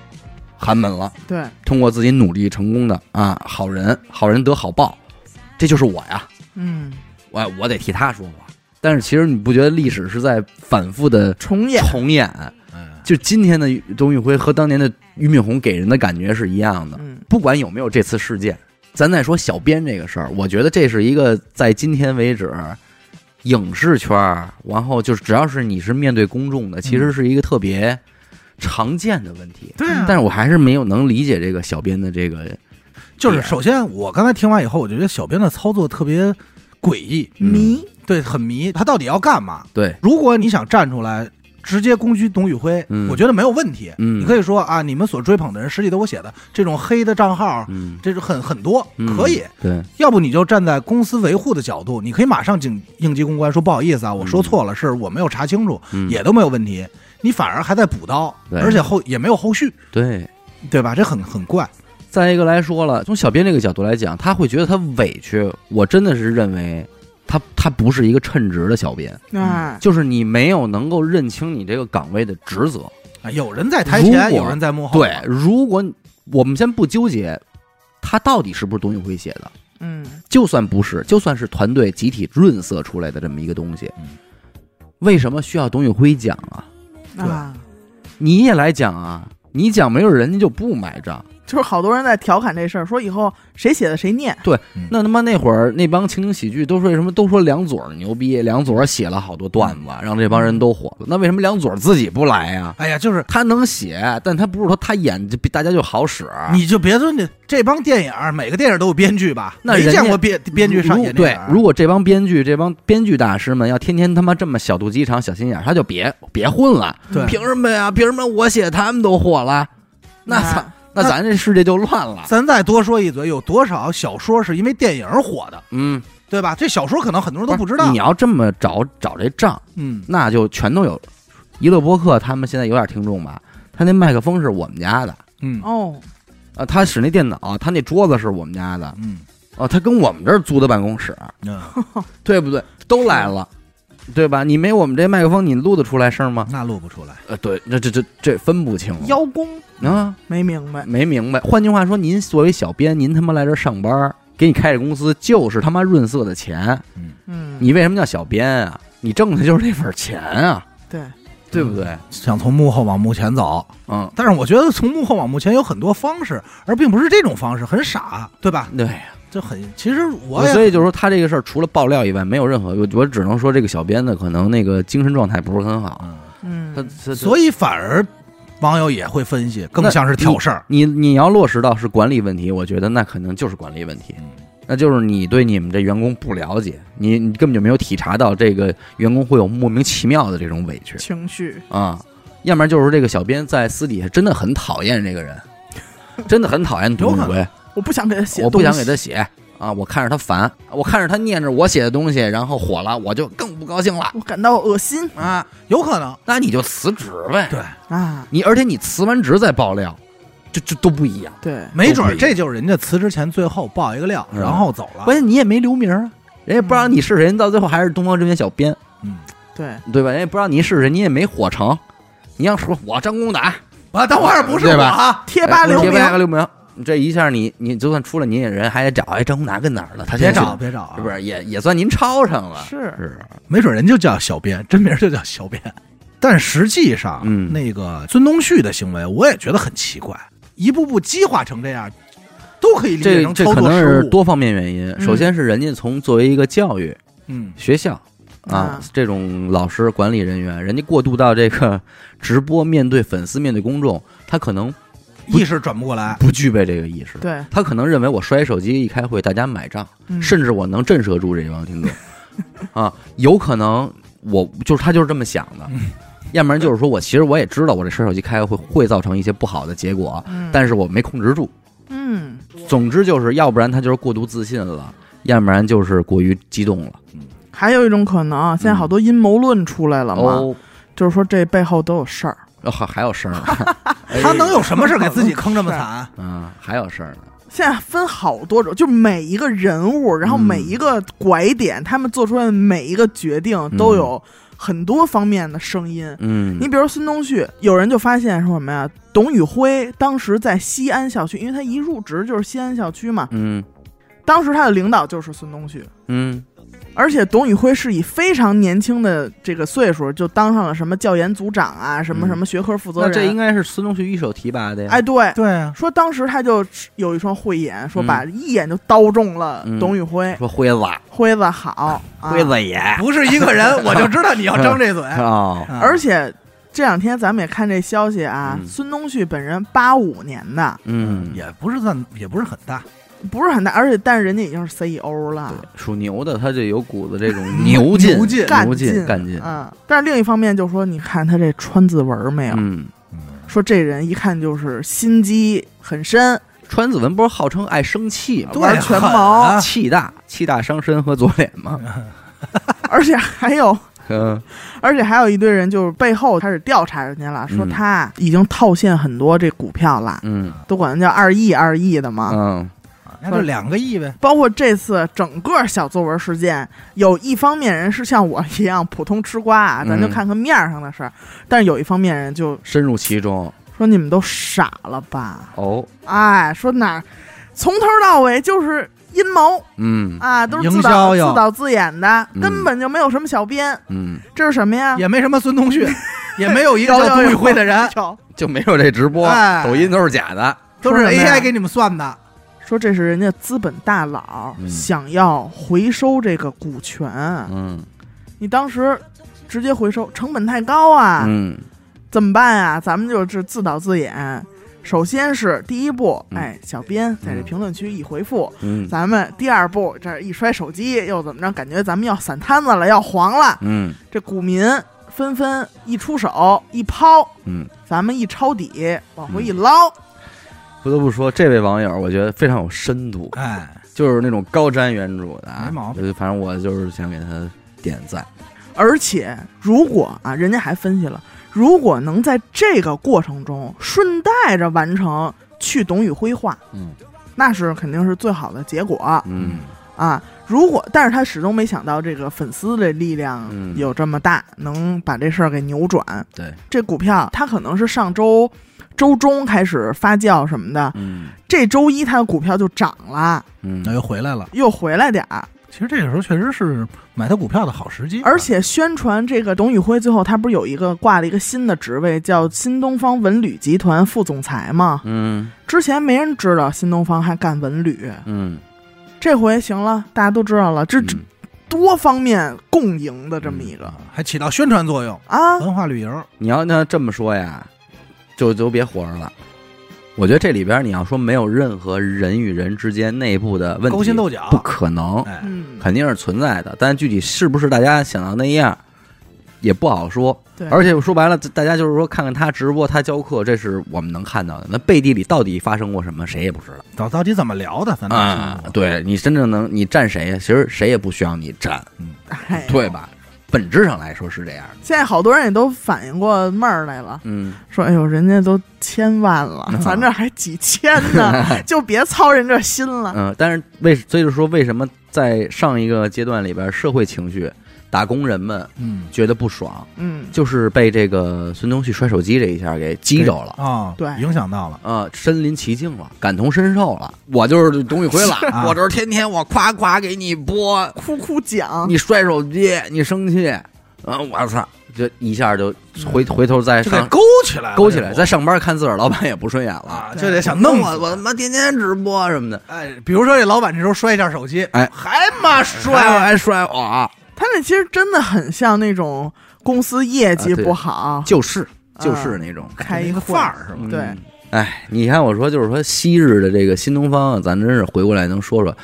寒门了，
对，
通过自己努力成功的啊，好人，好人得好报，这就是我呀，
嗯，
我我得替他说话。但是其实你不觉得历史是在反复的
重演，
重演？
哎
就今天的董宇辉和当年的俞敏洪给人的感觉是一样的。
嗯，
不管有没有这次事件，咱再说小编这个事儿，我觉得这是一个在今天为止影视圈儿，然后就是只要是你是面对公众的，
嗯
其实是一个特别常见的问题。
对啊，
但是我还是没有能理解这个小编的这个，
就是首先我刚才听完以后，我就觉得小编的操作特别诡异，
嗯
迷
对，很迷，他到底要干嘛？
对，
如果你想站出来直接攻击董宇辉，
嗯
我觉得没有问题。
嗯
你可以说啊，你们所追捧的人，实际都是我写的这种黑的账号，
嗯，
这是很很多，
嗯
可以。
对，
要不你就站在公司维护的角度，你可以马上警应急公关说不好意思啊，我说错了，是我没有查清楚，
嗯
也都没有问题。你反而还在补刀，
对
而且后也没有后续，
对。
对吧？这很很怪。
再一个来说了，从小编这个角度来讲，他会觉得他委屈。我真的是认为他他不是一个称职的小编，
哎
啊，
就是你没有能够认清你这个岗位的职责。
啊有人在台前，
如果
有人在幕后，
对，如果我们先不纠结他到底是不是董宇辉写的，
嗯，
就算不是，就算是团队集体润色出来的这么一个东西
嗯，
为什么需要董宇辉讲啊？
啊，
你也来讲啊？你讲没有人家就不买账。
就是好多人在调侃这事儿，说以后谁写的谁念，
那他妈那会儿那帮情景喜剧都说什么？都说梁左儿牛逼，梁左儿写了好多段子，啊让这帮人都火了。那为什么梁左儿自己不来呀、
哎呀，就是
他能写，但他不是说他演就比大家就好使。啊
你就别说你这帮电影儿，每个电影都有编剧吧？
那
没
人家
见过编编剧上演
如对
电影，儿
如果这帮编剧、这帮编剧大师们要天天他妈这么小肚鸡肠、小心眼儿，他就别别混了。
对
凭什么呀？凭什么我写他们都火了？那
哎
咱、
啊
那咱这世界就乱了。
咱再多说一嘴，有多少小说是因为电影儿火的，
嗯，
对吧？这小说可能很多人都不知道
你。要这么找找这账，
嗯，
那就全都有。娱乐播客他们现在有点听众吧？他那麦克风是我们家的，
嗯
哦，
啊，他使那电脑，他那桌子是我们家的，
嗯
哦、他跟我们这儿租的办公室，
嗯，
对不对？都来了，对吧？你没我们这麦克风，你录得出来声吗？
那录不出来。
呃，对，那这这这分不清了
邀功
啊，
没明白，
没明白。换句话说，您作为小编，您他妈来这儿上班儿，给你开这公司就是他妈润色的钱，
嗯，
你为什么叫小编啊？你挣的就是那份儿钱啊，
对，
对不对？
想从幕后往幕前走，
嗯，
但是我觉得从幕后往幕前有很多方式，而并不是这种方式，很傻，对吧？
嗯对。
这很，其实我
呃所
也
以就是说，他这个事儿除了爆料以外，没有任何，我我只能说这个小编的可能那个精神状态不是很好。
嗯，
他
嗯，
他
所以反而网友也会分析，更像是挑事儿。
你你要落实到是管理问题，我觉得那可能就是管理问题，
嗯
那就是你对你们这员工不了解，你你根本就没有体察到这个员工会有莫名其妙的这种委屈
情绪
啊、要不然就是这个小编在私底下真的很讨厌这个 人，真的很讨厌董宇
有可
辉，
我不想给他写，
我不想给他，写啊，我看着他烦，我看着他念着我写的东西，然后火了，我就更不高兴了
我感到恶心
啊，
有可能，
那你就辞职呗，
对，
啊，
你而且你辞完职再爆料，这这都不一样。
对，
没准
都
儿
不一样
这就是人家辞职前最后爆一个料，
嗯
然后走了。
关键你也没留名啊，人家不知道你是谁，人到最后还是东方之源小编，
嗯，
对，
对吧？人家不知道你是谁，你也没火成。你要说我张公达，
啊，等会儿不是
对
我
吧哎
啊，
贴吧留
贴
名，
吧留名，这一下你你就算出了您也人还得找，哎，张公达跟哪儿了？他
别
现在
找
去
别找啊，
是不是也也算您抄上了？
是
是，
没准人就叫小编，真名就叫小编。但实际上，
嗯
那个孙东旭的行为，我也觉得很奇怪，一步步激化成这样，都可以理解
这
成
这
操
可
作
能
失
是
误。
多方面原因。首先是人家从作为一个教育
嗯，
学校。啊
啊，
这种老师、管理人员，人家过渡到这个 直播，面对粉丝、面对公众，他可能
意识转不过来。
不具备这个意识。
对，
他可能认为我摔手机一开会，大家买账，
嗯
甚至我能震慑住这帮听 众啊，有可能我就是他就是这么想的，
嗯
要不然就是说我其实我也知道我这摔手机开会会造成一些不好的结果，
嗯
但是我没控制住。
嗯，
总之就是要不然他就是过度自信了，要不然就是过于激动了。
还有一种可能，啊现在好多阴谋论出来了嘛，
嗯哦，
就是说这背后都有事儿，
哦还还有事儿 呢，
他能有什么事儿给自己坑这么惨？
嗯，还有事儿呢。
现在分好多种，就每一个人物，然后
嗯
每一个拐点，他们做出来的每一个决定都有很多方面的声音。
嗯，
你比如孙东旭，有人就发现说什么呀？董宇辉当时在西安校区，因为他一入职就是西安校区嘛，
嗯
当时他的领导就是孙东旭
嗯
而且董宇辉是以非常年轻的这个岁数就当上了什么教研组长啊，什么
嗯
什么学科负责
那
人。啊
这应该是孙中旭一手提拔的呀。
哎，对，
对啊，
说当时他就有一双慧眼，说把一眼就刀中了
嗯
董宇辉，
说辉子，啊
辉子好，啊
辉子爷
不是一个人，我就知道你要张这嘴。
哦，
啊
而且这两天咱们也看这消息啊，
嗯
孙东旭本人八五年的，
嗯，
也不是算，也不是很大，
不是很大，而且但是人家已经是 CEO 了，
属牛的他就有股子这种牛劲，
牛劲
牛
劲，
干劲，
嗯，但是另一方面就说，你看他这川字纹儿没有？
嗯。
说这人一看就是心机很深，
川子文不是号称爱生气吗？
对
玩 全
狠
毛
啊
气大，气大伤身和左脸嘛。
而且还有，
嗯，
而且还有一堆人就是背后开始调查人家了，说
嗯
他已经套现很多这股票了，
嗯
都管人叫二亿二亿的嘛。
嗯，
那就两个亿呗。
包括这次整个小作文事件，有一方面人是像我一样普通吃瓜啊，咱就
嗯
看看面儿上的事儿；但是有一方面人就
深入其中
说你们都傻了吧？
哦，
哎，说哪儿从头到尾就是阴谋
嗯
啊，都是自
营
导
销
自
要
导自演的，
嗯
根本就没有什么小编。
嗯，
这是什么呀？
也没什么孙东旭，也没有一个叫董宇辉的
哎
人，
瞧
就没有这直播，
哎
抖音都是假的。
都是
说什么呀
AI 给你们算的。
说这是人家资本大佬
嗯
想要回收这个股权，
嗯
你当时直接回收成本太高啊，
嗯
怎么办啊？咱们就是自导自演。首先是第一步，
嗯
哎，小编在这评论区一回复，
嗯
咱们第二步这儿一摔手机又怎么着？感觉咱们要散摊子了，要黄了。
嗯
这股民纷纷一出手一抛，
嗯，
咱们一抄底往回一捞，
不得不说，这位网友我觉得非常有深度，
哎，
就是那种高瞻远瞩的啊，
没毛病
就是反正我就是想给他点赞。
而且如果啊，人家还分析了，如果能在这个过程中顺带着完成去董宇辉化，
嗯
那是肯定是最好的结果。
嗯
啊，如果但是他始终没想到这个粉丝的力量
嗯
有这么大，能把这事儿给扭转。
对，
这股票它可能是上周周中开始发酵什么的，
嗯
这周一它的股票就涨了，
嗯
那又回来了。
又回来点儿。
其实这个时候确实是买他股票的好时机，啊
而且宣传这个董宇辉最后他不是有一个挂了一个新的职位叫新东方文旅集团副总裁吗？
嗯
之前没人知道新东方还干文旅，
嗯，
这回行了，大家都知道了，这这多方面共赢的这
嗯
么一个、
啊还起到宣传作用，
啊。
文化旅游。
你要那这么说呀，就就别活着了。我觉得这里边你要说没有任何人与人之间内部的问题，
勾心斗角
不可能，
哎，
嗯，
肯定是存在的。但具体是不是大家想到那样，也不好说。
对，
而且说白了，大家就是说看看他直播、他教课，这是我们能看到的。那背地里到底发生过什么，谁也不知道
到到底怎么聊的，咱们
啊
清楚。。
对你真正能你站谁呀？其实谁也不需要你站，
哎
对吧？本质上来说是这样的。
现在好多人也都反应过闷儿来了，
嗯，
说：“哎呦，人家都千万 了，咱这还几千呢，就别操人这心了。
嗯，但是为所以就说为什么在上一个阶段里边，社会情绪，打工人们
嗯，
觉得不爽，”
嗯，
就是被这个孙东旭摔手机这一下给激着了。
啊，
对
影响到了。
啊、身临其境了，感同身受了。我就是啊董宇辉了，
啊
我就是天天我夸夸给你播，
哭哭讲，
你摔手机，你生气，啊、我操，这一下就回回头再
就给
上
勾起来了，
勾起来，
这
在上班看自个儿老板也不顺眼
不
了，
啊，就得想弄
我，
死
我他妈天天直播什么的，
哎，比如说这老板这时候摔一下手机，
哎
还妈
摔我
摔，啊
还摔我，啊
他那其实真的很像那种公司业绩不好，
啊就是就是那种。
开
一
一
个
会
范，儿是吧？
嗯
对，
哎，你看我说，就是说昔日的这个新东方啊，咱真是回过来能说说。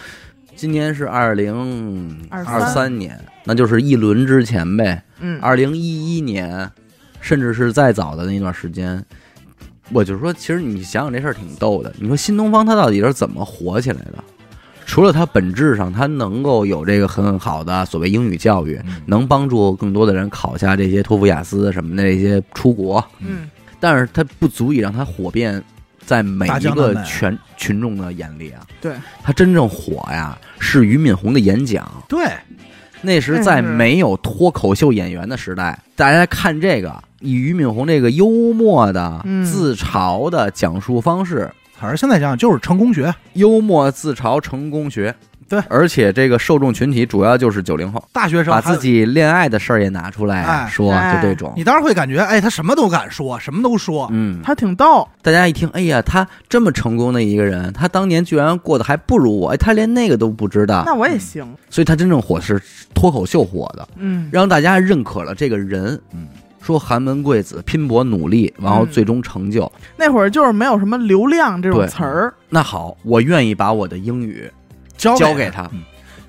今年是二零三
23
年，那就是一轮之前呗。
嗯，
二零一一年，甚至是再早的那段时间，我就说，其实你想想这事儿挺逗的。你说新东方它到底是怎么火起来的？除了它本质上它能够有这个很好的所谓英语教育，
嗯
能帮助更多的人考下这些托福、雅思什么的这些出国，
嗯，
但是它不足以让它火遍在每
大
一
江南
个
北
全群众的眼里啊。
对，
它真正火呀，是俞敏洪的演讲。
对，
那时在
嗯
没有脱口秀演员的时代，大家看这个以俞敏洪这个幽默的、
嗯
自嘲的讲述方式，
反正现在想想就是成功学，
幽默自嘲成功学，
对
而且这个受众群体主要就是九零后，
大学生
把
还有
自己恋爱的事儿也拿出来啊
哎
说，
哎
就这种
你。当然会感觉，哎，他什么都敢说，什么都说，
嗯，
他挺逗，
大家一听，哎呀，他这么成功的一个人，他当年居然过得还不如我，哎，他连那个都不知道
那，我也行，
所以他真正火是脱口秀火的，
嗯，
让大家认可了这个人。
嗯，
说寒门贵子拼搏努力，然后
嗯
最终成就。
那会儿就是没有什么流量这种
对
词儿，
那好，我愿意把我的英语
教
交
给
给。他，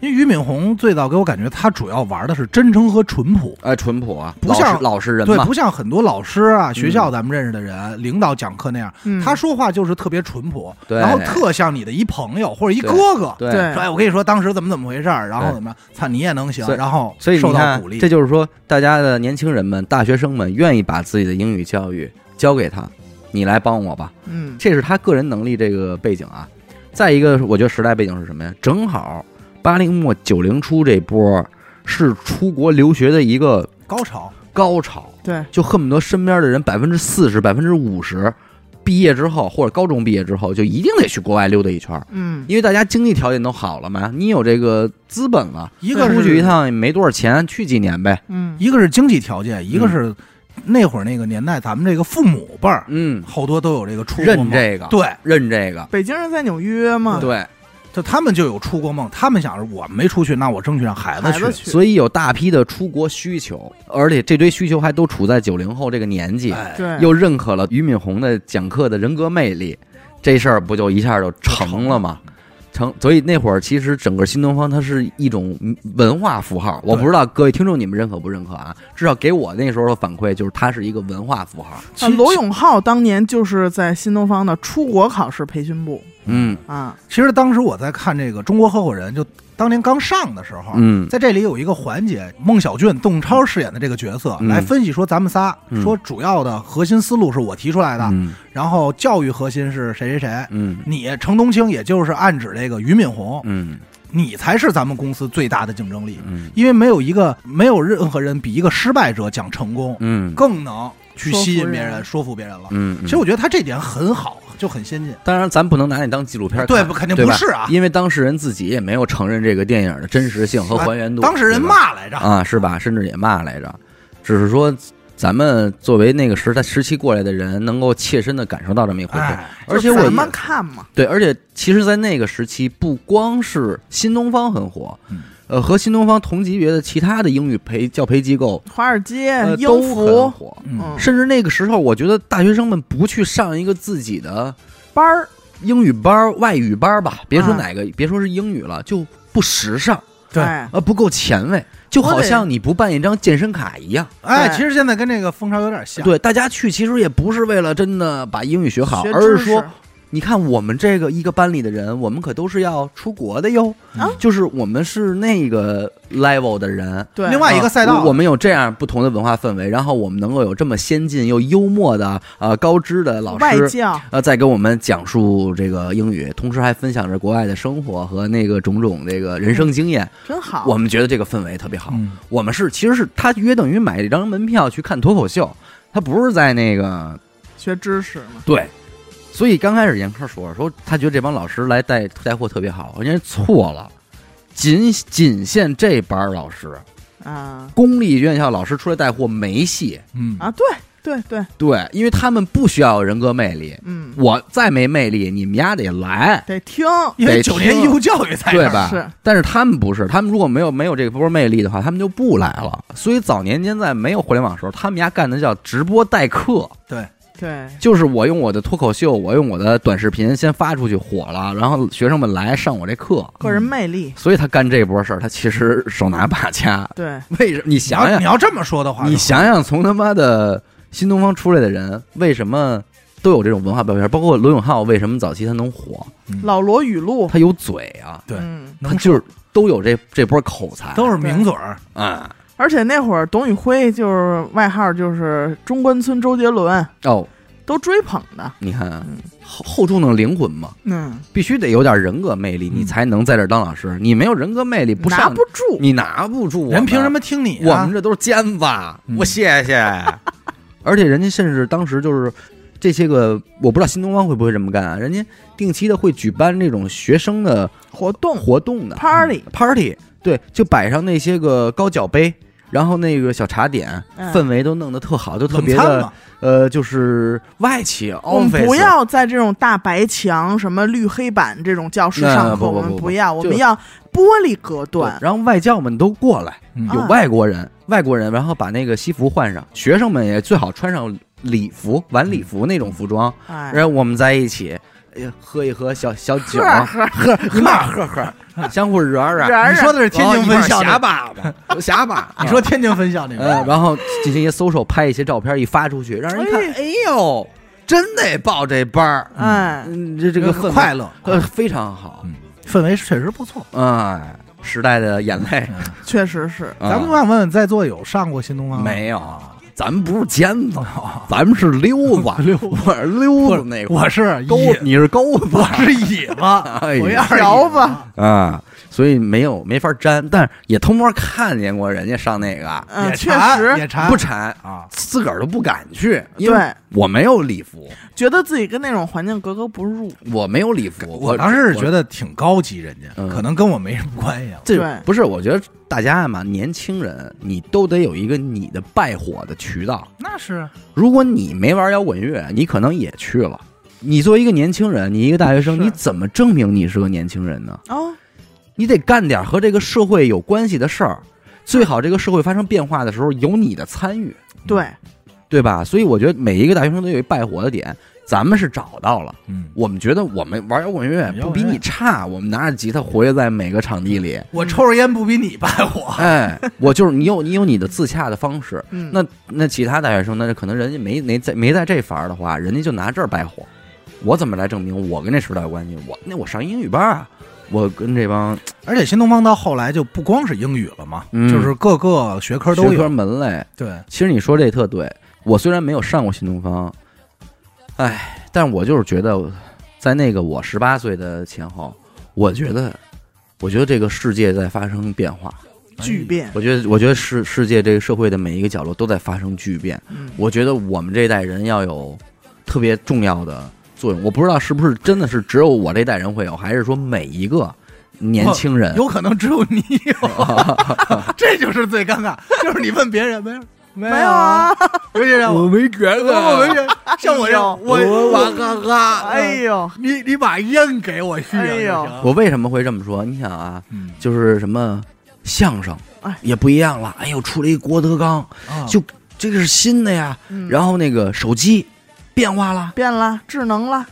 因为俞敏洪最早给我感觉，他主要玩的是真诚和淳朴，
哎，淳朴啊，
不
老
像
实老实人
对，
嘛嗯
不。像很多老师啊、学校咱们认识的人、领导讲课那样，
嗯，
他说话就是特别淳朴，
对
然后特像你的一朋友或者一
对
哥哥，
对
对
说哎，我跟你说当时怎么怎么回事儿，然后
对
怎么样，操你也能行
所，以
然后
所以
受
你
到
看
鼓，励
这。就是说，大家的年轻人们、大学生们愿意把自己的英语教育交给他，你来帮我吧，
嗯，
这是他个人能力这个背景啊。再一个，我觉得时代背景是什么呀？正好八零末九零初这波是出国留学的一个
高潮，
高潮，
对，
就恨不得身边的人百分之四十、百分之五十毕业之后或者高中毕业之后就一定得去国外溜达一圈儿，
嗯，
因为大家经济条件都好了嘛，你有这个资本了，
一个
出去一
是
趟也没多少钱，去几年呗。
嗯，
一个是经济条件，
嗯
一个是那会儿那个年代，咱们这个父母辈儿
嗯，
好多都有这个出国
认
梦，
这个，
对，
认这个，
北京人在纽约嘛，
对。
就他们就有出国梦，他们想着我没出去，那我争取让孩子
孩
去
子，去，
所以有大批的出国需求，而且这堆需求还都处在九零后这个年纪，
哎，
对，
又认可了俞敏洪的讲课的人格魅力，这事儿不就一下就成了吗？成，所以那会儿其实整个新东方它是一种文化符号，我
对
不知道各位听众你们认可不认可啊？至少给我那时候的反馈就是它是一个文化符号。
其
啊，罗永浩当年就是在新东方的出国考试培训部
嗯
啊，
其实当时我在看这个《中国合伙人》，就当年刚上的时候，
嗯
在这里有一个环节，孟小俊、邓超饰演的这个角色、
嗯
来分析说，咱们仨、
嗯
说主要的核心思路是我提出来的，
嗯
然后教育核心是谁谁谁。
嗯
你程东青，也就是暗指这个俞敏洪，
嗯
你才是咱们公司最大的竞争力，
嗯
因为没有一个没有任何人比一个失败者讲成功
嗯
更能去
说服
吸引别
人
人、说服别人了。
嗯，
其实我觉得他这点很好，就很先进。
当然，咱不能拿你当纪录片看，
对不肯
嗯
定
对吧
不是啊
因为当事人自己也没有承认这个电影的真实性和还原度。
啊当事人
对吧
骂来着，
啊，是吧？甚至也骂来着，只是说咱们作为那个时代时期过来的人，能够切身的感受到这么一回事。
哎，
而且
就
我
咱们看嘛，
对，而且其实，在那个时期，不光是新东方很火，
嗯
呃，和新东方同级别的其他的英语培教培机构，
华尔街、
呃，
英
都很
孚，
火。
嗯，
嗯，
甚至那个时候，我觉得大学生们不去上一个自己的
班儿，
英语班儿、外语班儿吧，别说
啊
哪个，别说是英语了，就不时尚，
对
哎
呃，不够前卫，就
我
好
得
像你不办一张健身卡一样。
哎，
对
其实现在跟这个风潮有点像，
对，大家去其实也不是为了真的把英语学好，
学
而是
知识
说，你看我们这个一个班里的人，我们可都是要出国的哟，
啊
就是我们是那个 level 的人。
对，
另外一个赛道
啊我我们有这样不同的文化氛围，然后我们能够有这么先进又幽默的呃高知的老
外
师，
教，
呃，在给我们讲述这个英语，同时还分享着国外的生活和那个种种这个人生经验，
真好，
我们觉得这个氛围特别好。
嗯，
我们是其实是他约等于买一张门票去看脱口秀，他不是在那个
学知识嘛，
对。所以刚开始严科说说他觉得这帮老师来带带货特别好，人家错了，仅仅限这班老师，
啊
公立院校老师出来带货没戏。
嗯
啊，对对对，
对，因为他们不需要有人格魅力，
嗯，
我再没魅力，你们丫得来。
得听，
因为
得
九年义务教育才
对
这儿
吧？
是
但是他们不是，他们如果没有没有这波魅力的话，他们就不来了。所以早年间在没有互联网的时候，他们家干的叫直播带课，
对，
对，
就是我用我的脱口秀，我用我的短视频先发出去火了，然后学生们来上我这课，
个人魅力，
所以他干这波事儿，他其实手拿把掐。
对，
为什么？你想
你要
想
你，要这么说的话，
你想想，从他妈的新东方出来的人，为什么都有这种文化标签？包括罗永浩，为什么早期他能火？
老罗语录，
他有嘴啊，
对
嗯，
他
能
就是都有这这波口才，
都是名嘴儿，
啊、
而且那会儿董宇辉就是外号就是中关村周杰伦，
哦，
都追捧的，
你看啊
嗯
厚厚重的灵魂嘛，
嗯，
必须得有点人格魅力，
嗯
你才能在这儿当老师。你没有人格魅力，不
拿
上
不住，
你拿不住我们啊
人凭什？么听你
我
啊
们？这都是尖子，
嗯
我谢谢。而且人家甚至当时就是这些个我不知道新东方会不会这么干啊？人家定期的会举办这种学生的
活动
活动的
party，
party，对，就摆上那些个高脚杯，然后那个小茶点，
嗯
氛围都弄得特好，就特
冷
别
餐
的
嘛，
呃，就是外企
我
嗯
们
office，
不要在这种大白墙、什么绿黑板这种教室
那
上课，
不不
我们
不不
不要，我
就
们要玻璃隔
对
断。
然后外教们都过来，
嗯
有
啊
外国人，外国人，然后把那个西服换上，学生们也最好穿上礼服、晚礼服那种服装，
哎，
然后我们在一起，哎呀，喝一喝小小酒，
呵呵，
喝你妈喝喝， 相互惹
然
惹，哦
而
你说的是天津分校
瞎
那，
粑 粑，瞎粑，
你说天津分校那
呃，
个，
然后进行一些搜售，拍一些照片，一发出去，让人一看，哎呦，真得报这班儿，
哎，
嗯，这这个氛围
快，乐
呃，非常好
嗯，氛围确实不错。
哎，时代的眼泪，
确实是。
啊
咱们问问在座有上过新东方吗？
没有，咱们不是尖子，咱们是哦 溜子，
溜
我是溜
不
子那
是，
块儿，
我是
钩
野，，
你是钩子
我是野吗？
哎呀
我要是
条
野
子，
啊，所以没有没法沾，但是也偷摸看见过人家上那个，
嗯，
也
确
馋
实
也馋
不馋，
啊，
自个儿都不敢去，因为
对，
我没有礼服，
觉得自己跟那种环境格格不入。
我没有礼服，
我当时是觉
得。
得挺高级，人家
嗯
可能跟我没什么关系了。
这
对
不是，我觉得大家嘛，年轻人你都得有一个你的败火的渠道。
那是
如果你没玩摇滚乐，你可能也去了。你作为一个年轻人，你一个大学生，
是
你怎么证明你是个年轻人呢？
哦，
你得干点和这个社会有关系的事儿，最好这个社会发生变化的时候有你的参与，
对，
对吧？所以我觉得每一个大学生都有一败火的点，咱们是找到了。
嗯，
我们觉得我们玩摇滚乐不比你差，我们拿着吉他活跃在每个场地里。
我抽着烟不比你败火，
哎，我就是你有你有你的自洽的方式。
嗯，
那那其他大学生，那可能人家没没在没在这法儿的话，人家就拿这儿掰火。我怎么来证明我跟这时代有关系？我那我上英语班啊，我跟这帮
而且新东方到后来就不光是英语了嘛，
嗯
就是各个学科都
学科
有。
门类。
对，
其实你说这特对，我虽然没有上过新东方，哎，但我就是觉得，在那个我十八岁的前后，我觉得，我觉得这个世界在发生变化。哎
巨变。
我觉得，我觉得世世界这个社会的每一个角落都在发生巨变。
嗯，
我觉得我们这一代人要有特别重要的作用。我不知道是不是真的是只有我这代人会有，还是说每一个年轻人
哦有可能只有你有， 这就是最尴尬，就是你问别人没有没
没有啊，，
尤其让我
没觉
我没人像我这样，我
娃哈哈。
哎呦，
你你把烟给我续上就
哎
行
呦
我为什么会这么说？你想啊，
嗯
就是什么相声
哎，哦
也不一样了。哎呦，出了一郭德纲，
啊
就这个是新的呀。
嗯
然后那个手机变化了，
变了，智能了，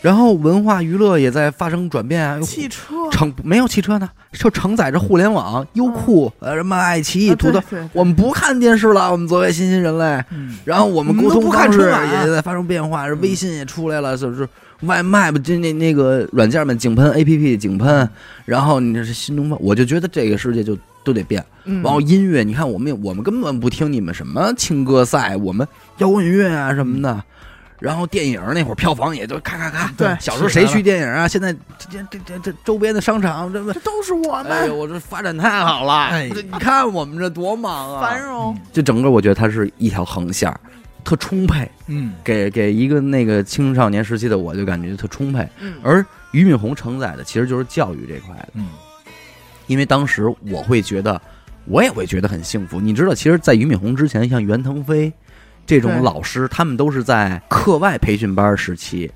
然后文化娱乐也在发生转变啊。
汽车，
承没有汽车呢，就承载着互联网、优酷、呃什么爱奇艺、
啊
土豆
对。对
我们不看电视了，我们作为新兴人类，
嗯
然后我们
我们
沟
都
通
不看
方式
春晚啊嗯
也在发生变化，微信也出来了，就是外卖吧，就那那个软件们井喷 A P P 井
嗯
喷，然后你这是新东方，我就觉得这个世界就都得变。
嗯，
然后音乐，你看我们也我们根本不听你们什么青歌赛，我们摇滚乐啊什么
嗯
的。然后电影那会儿票房也都咔咔咔，
对
小时候
起
谁
来
去电影啊？现在这这这这周边的商场，这不
这都是我
哎
们
呦，我这发展太好了！
哎
这你看我们这多忙啊！
繁荣，
嗯
这整个我觉得它是一条横线儿，特充沛，
嗯，
给给一个那个青少年时期的我就感觉特充沛。
嗯，
而俞敏洪承载的其实就是教育这块的，
嗯，
因为当时我会觉得，我也会觉得很幸福。你知道，其实，在俞敏洪之前，像袁腾飞这种
对
老师，他们都是在课外培训班时期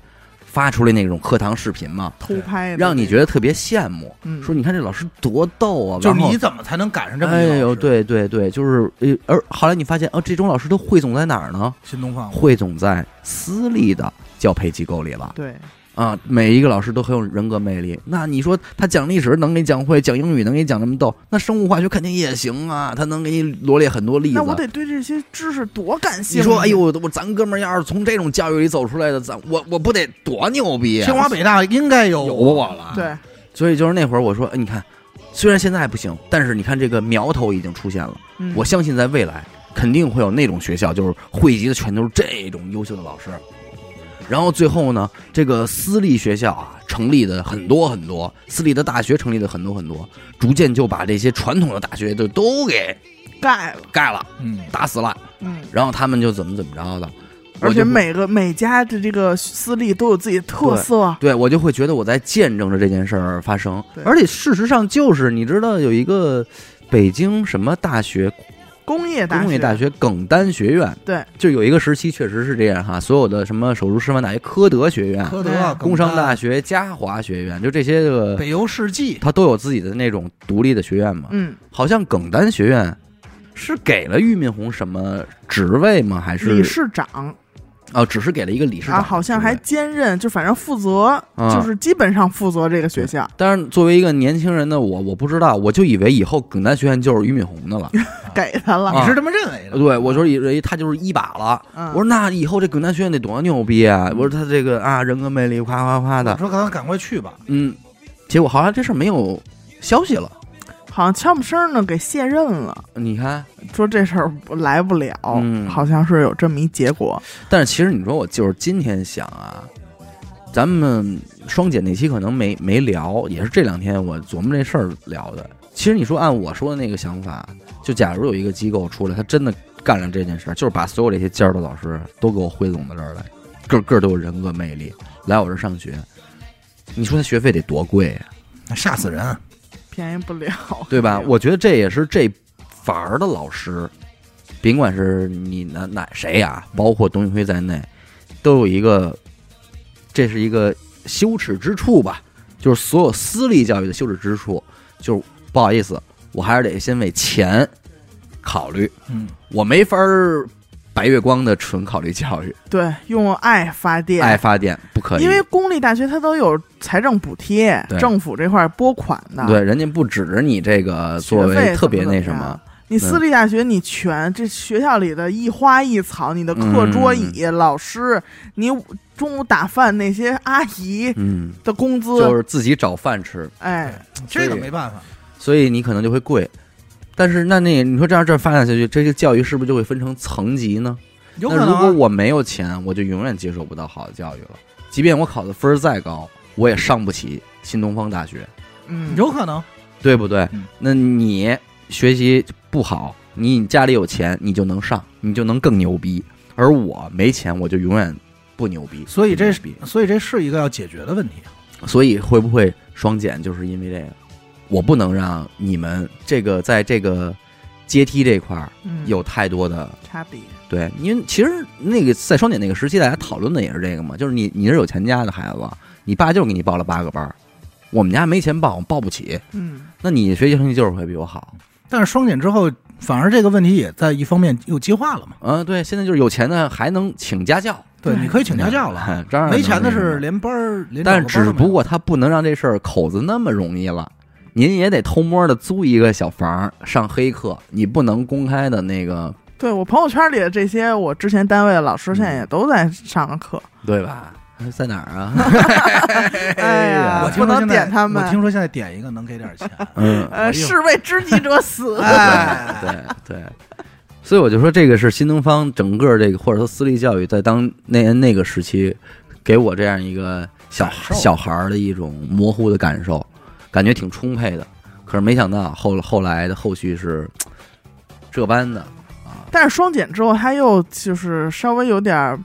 发出来那种课堂视频嘛，
偷拍的，
让你觉得特别羡慕，
嗯
说你看这老师多逗啊，
就是
然后
你怎么才能赶上这么
哎
一个
呦，
老师
对对对，就是呃，而后来你发现哦，这种老师都汇总在哪儿呢？
新东方
汇总在私立的教培机构里了
对，
啊！每一个老师都很有人格魅力。那你说他讲历史能给你讲会，讲英语能给你讲那么逗，那生物化学肯定也行啊，他能给你罗列很多例子。啊
那我得对这些知识多感兴趣。
你说，哎呦，，我我咱哥们儿要是从这种教育里走出来的，咱我我不得多牛逼啊！
清华北大应该有啊
有我了，
对，
所以就是那会儿我说，哎你看，虽然现在不行，但是你看这个苗头已经出现了。
嗯
我相信在未来肯定会有那种学校，就是汇集的全都是这种优秀的老师。然后最后呢，这个私立学校啊，成立的很多很多，私立的大学成立的很多很多，逐渐就把这些传统的大学就都给
盖了，
盖了、
嗯，
打死了。
嗯，
然后他们就怎么怎么着的，我
而且
就会
每个每家的这个私立都有自己的特色，
对我就会觉得我在见证着这件事儿发生
对，
而且事实上就是你知道有一个北京什么大学
工业大学，
工业大学耿丹学院，
对，
就有一个时期确实是这样哈，所有的什么手术师范大学、科德学院、
科
对
德、
工商大
学、
学、嘉华学院，就这些个，
北邮世纪，
它都有自己的那种独立的学院嘛。
嗯，
好像耿丹学院是给了俞敏洪什么职位吗？还是
理事长
哦，只是给了一个理事
啊，
长，
好像还。兼任，就反正负责，
啊
就是基本上负责这个学校，
但是作为一个年轻人的我，我不知道，我就以为以后耿丹学院就是俞敏洪 的了。
给他
啊
了，
你是这么认为的？
对，我说以为他就是一把了。
嗯
我说那以后这耿丹学院得多牛逼啊！我说他这个啊人格魅力夸夸夸
我
的，
说赶快赶快去吧，
嗯，结果好像这事儿没有消息了。
好像悄不声儿呢给卸任了，
你看，
说这事儿不来不了，
嗯
好像是有这么一结果，
但是其实你说我就是今天想啊，咱们双姐那期可能没没聊，也是这两天我琢磨这事儿聊的。其实你说按我说的那个想法，就假如有一个机构出来，他真的干了这件事儿，就是把所有这些尖儿的老师都给我汇总到这儿来，个个都有人格魅力，来我这儿上学，你说他学费得多贵啊呀、
吓死人！啊
便宜不了，
对吧？我觉得这也是这法儿的老师，甭管是你哪哪谁啊，
嗯
包括董宇辉在内，都有一个，这是一个羞耻之处吧？就是所有私立教育的羞耻之处，就是不好意思，我还是得先为钱考虑，
嗯，
我没法儿白月光的纯考虑教 育，
对，用爱发电，
爱发电不可以，
啊因为公立大学它都有财政补贴
对，
政府这块儿拨款的。
对人家不指着你这个
啊学
作为
费
特别
怎么
那
怎
什
么
么嗯
样。。你私立大学，你全这学校里的一花一草，你的课桌椅、
嗯
老师，你中午打饭那些阿姨
嗯，
的工资，
就是自己找饭吃，
哎，
这个没办法，
所以你可能就会贵。但是那那你说这样这样发展下去，这个教育是不是就会分成层级呢？
有可
那
能
如
啊
果我没有钱，我就永远接受不到好的教育了。即便我考的分儿再高，我也上不起新东方大学，
嗯，
有可能，
对不对
嗯？
那你学习不好，你家里有钱，你就能上，你就能更牛逼。而我没钱，我就永远不牛逼。
所以这
不
是
牛逼，
所以这是一个要解决的问题。
所以会不会双减就是因为这个？我不能让你们这个在这个阶梯这块儿
嗯
有太多的
差别，
对，因为其实那个在双减那个时期，大家讨论的也是这个嘛，就是你你是有钱家的孩子，你爸就给你报了八个班儿，我们家没钱报，我报不起，
嗯，
那你学习成绩就是会比我好。
但是双减之后，反而这个问题也在一方面又激化了嘛。
嗯，对，现在就是有钱的还能请家教，
对，
对
你可以请家教了，
了，当然
没钱的
能那
是
个，
连班儿，
嗯但
连找个班
只
儿都没有
不过他不能让这事儿口子那么容易了。您也得偷摸的租一个小房儿上黑课，你不能公开的那个，
对我朋友圈里的这些，我之前单位的老师现在也都在上了课，
对吧？在哪儿 啊？
哎呀，
我
不
听说
能
现在
点他们
我，听说现在点一个能给点钱，
嗯，
呃，
哎呦
士为知己者 死，
哎，
对对，所以我就说这个是新东方整个这个或者说私立教育在当那那个时期给我这样一个小
感受
小孩儿的一种模糊的感受，感觉挺充沛的。可是没想到后后来的后续是这般的，
但是双减之后，他又就是稍微有点儿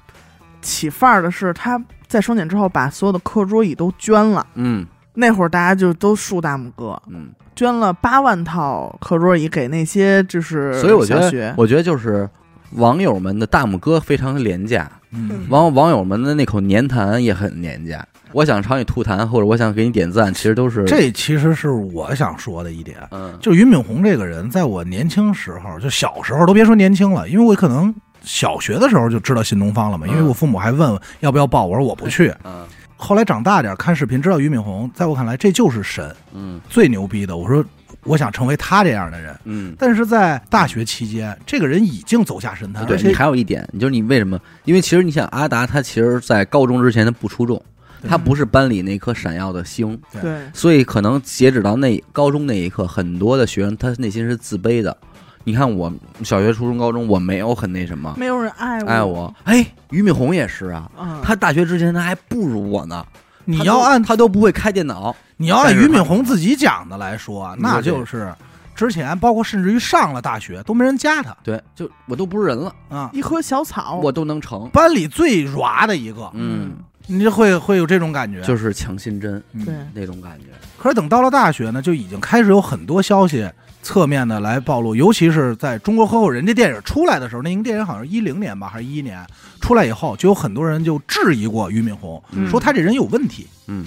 起范儿的是，他在双减之后把所有的课桌椅都捐了。
嗯
那会儿大家就都竖大拇哥，
嗯。
捐了八万套课桌椅给那些就是
所以我觉
小
得
学，
我觉得就是网友们的大拇哥非常廉价，
嗯，
网 网友们的那口粘痰也很廉价。我想朝你吐痰，或者我想给你点赞，其实都是
这其实是我想说的一点。
嗯
就俞敏洪这个人，在我年轻时候，就小时候都别说年轻了，因为我可能小学的时候就知道新东方了嘛，因为我父母还问我要不要报，我说我不去。
嗯
后来长大点儿看视频，知道俞敏洪，在我看来这就是神，
嗯
最牛逼的。我说我想成为他这样的人，
嗯。
但是在大学期间，这个人已经走下神坛，啊而
对你
且
还有一点，你就是你为什么？因为其实你想，阿达他其实在高中之前他不出众，
对
他不是班里那颗闪耀的星，
对
对
所以可能截止到那高中那一刻，很多的学生他内心是自卑的。你看我小学、初中、高中我没有很那什么
没有人爱我，
爱我，哎，俞敏洪也是啊，
嗯，
他大学之前他还不如我呢，
你
他
要
都
按
他都不会开电脑，
你要按
但是
俞敏洪自己讲的来说，啊
你说
那
这
就是之前包括甚至于上了大学都没人加他
对，就我都不是人了，
啊。
一棵小草，
我都能成。
班里最软的一个，
嗯，
你就会会有这种感觉。
就是强心针
嗯
对，
那种感觉。
可是等到了大学呢，就已经开始有很多消息侧面的来暴露，尤其是在中国合伙人这电影出来的时候，那个电影好像是一零年吧，还是一年出来以后，就有很多人就质疑过俞敏洪，
嗯
说他这人有问题。
嗯，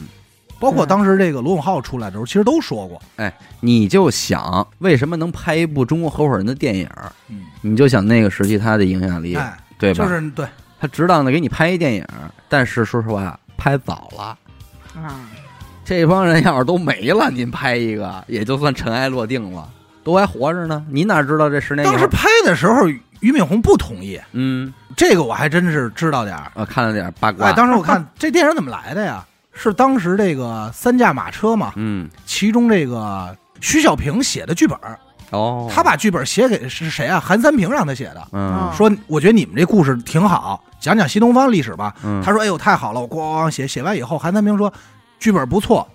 包括
对
当时这个罗永浩出来的时候，其实都说过，
你就想为什么能拍一部中国合伙人的电影儿？
嗯，
你就想那个时期他的影响力，
哎，
对吧？
就是对，
他值当的给你拍一电影儿，但是说实话，拍早了。
啊，
这帮人要是都没了，您拍一个也就算尘埃落定了，都还活着呢。你哪知道这十年以
当时
后？
拍的时候，俞敏洪不同意，
嗯，
这个我还真是知道点儿。
我看了点八卦。
哎，当时我看这电影怎么来的呀？是当时这个三驾马车嘛，
嗯，
其中这个徐小平写的剧本儿，
哦，
他把剧本写给是谁啊？韩三平让他写的，
嗯
哦
说我觉得你们这故事挺好，讲讲新东方历史吧。
嗯，
他说：“哎呦，太好了！”我咣写写完以后，韩三平说：“剧本不错，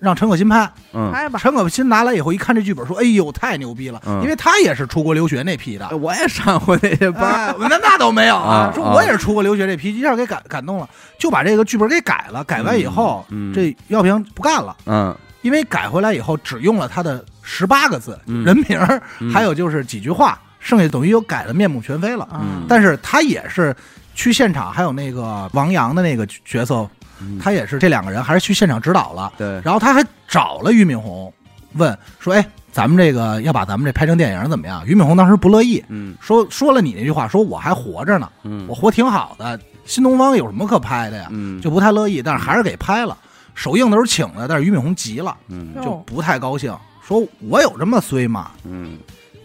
让陈可辛拍。
嗯
拍”吧，
陈可辛拿来以后一看这剧本，说：“哎呦，太牛逼了！”
嗯
因为他也是出国留学那批的
哎，我也上过那些班儿，
哎，那那倒没有
啊
说
啊
我也是出国留学这批，一下给感感动了，就把这个剧本给改了。改完以后，
嗯嗯
这药平不干了，
嗯，
因为改回来以后只用了他的十八个字、
嗯
人名儿，
嗯
还有就是几句话，剩下等于又改的面目全非了。
啊
嗯
但是他也是去现场，还有那个王阳的那个角色，
嗯
他也是这两个人还是去现场指导了，
对，
然后他还找了俞敏洪，问说：“哎，咱们这个要把咱们这拍成电影怎么样？”俞敏洪当时不乐意，
嗯
说说了你那句话，说我还活着呢，
嗯
我活挺好的，新东方有什么可拍的呀？
嗯
就不太乐意，但是还是给拍了。首映的时候请了，但是俞敏洪急了，
嗯
就
哟
不太高兴，说我有这么衰吗？
嗯，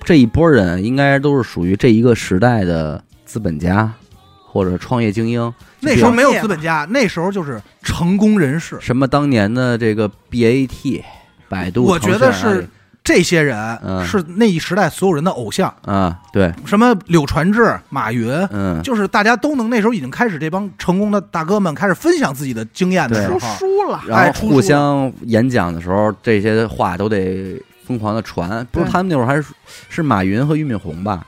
这一波人应该都是属于这一个时代的资本家或者创业精英，
那时候没有资本家，那时候就是成功人士。
什么当年的这个 BAT、百度，
我觉得
腾讯阿里
是这些
嗯
人是那一时代所有人的偶像，
啊，对，
什么柳传志、马云，
嗯，
就是大家都能那时候已经开始这帮成功的大哥们开始分享自己的经验的时
对
出
候，
书了，
然
哎
后
出
互
书
相演讲的时候，这些话都得疯狂的传。不是
对
他们那会儿还是是马云和俞敏洪吧？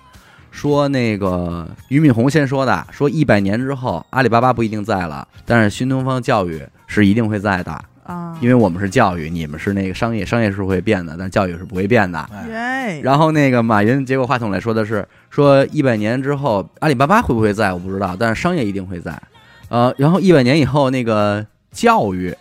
说那个俞敏洪先说的，说一百年之后阿里巴巴不一定在了，但是新东方教育是一定会在的，
啊，
因为我们是教育，你们是那个商业，商业是会变的，但教育是不会变的。
哎，
耶，
然后那个马云接过话筒来说的是，说一百年之后阿里巴巴会不会在我不知道，但是商业一定会在。呃，然后一百年以后那个教育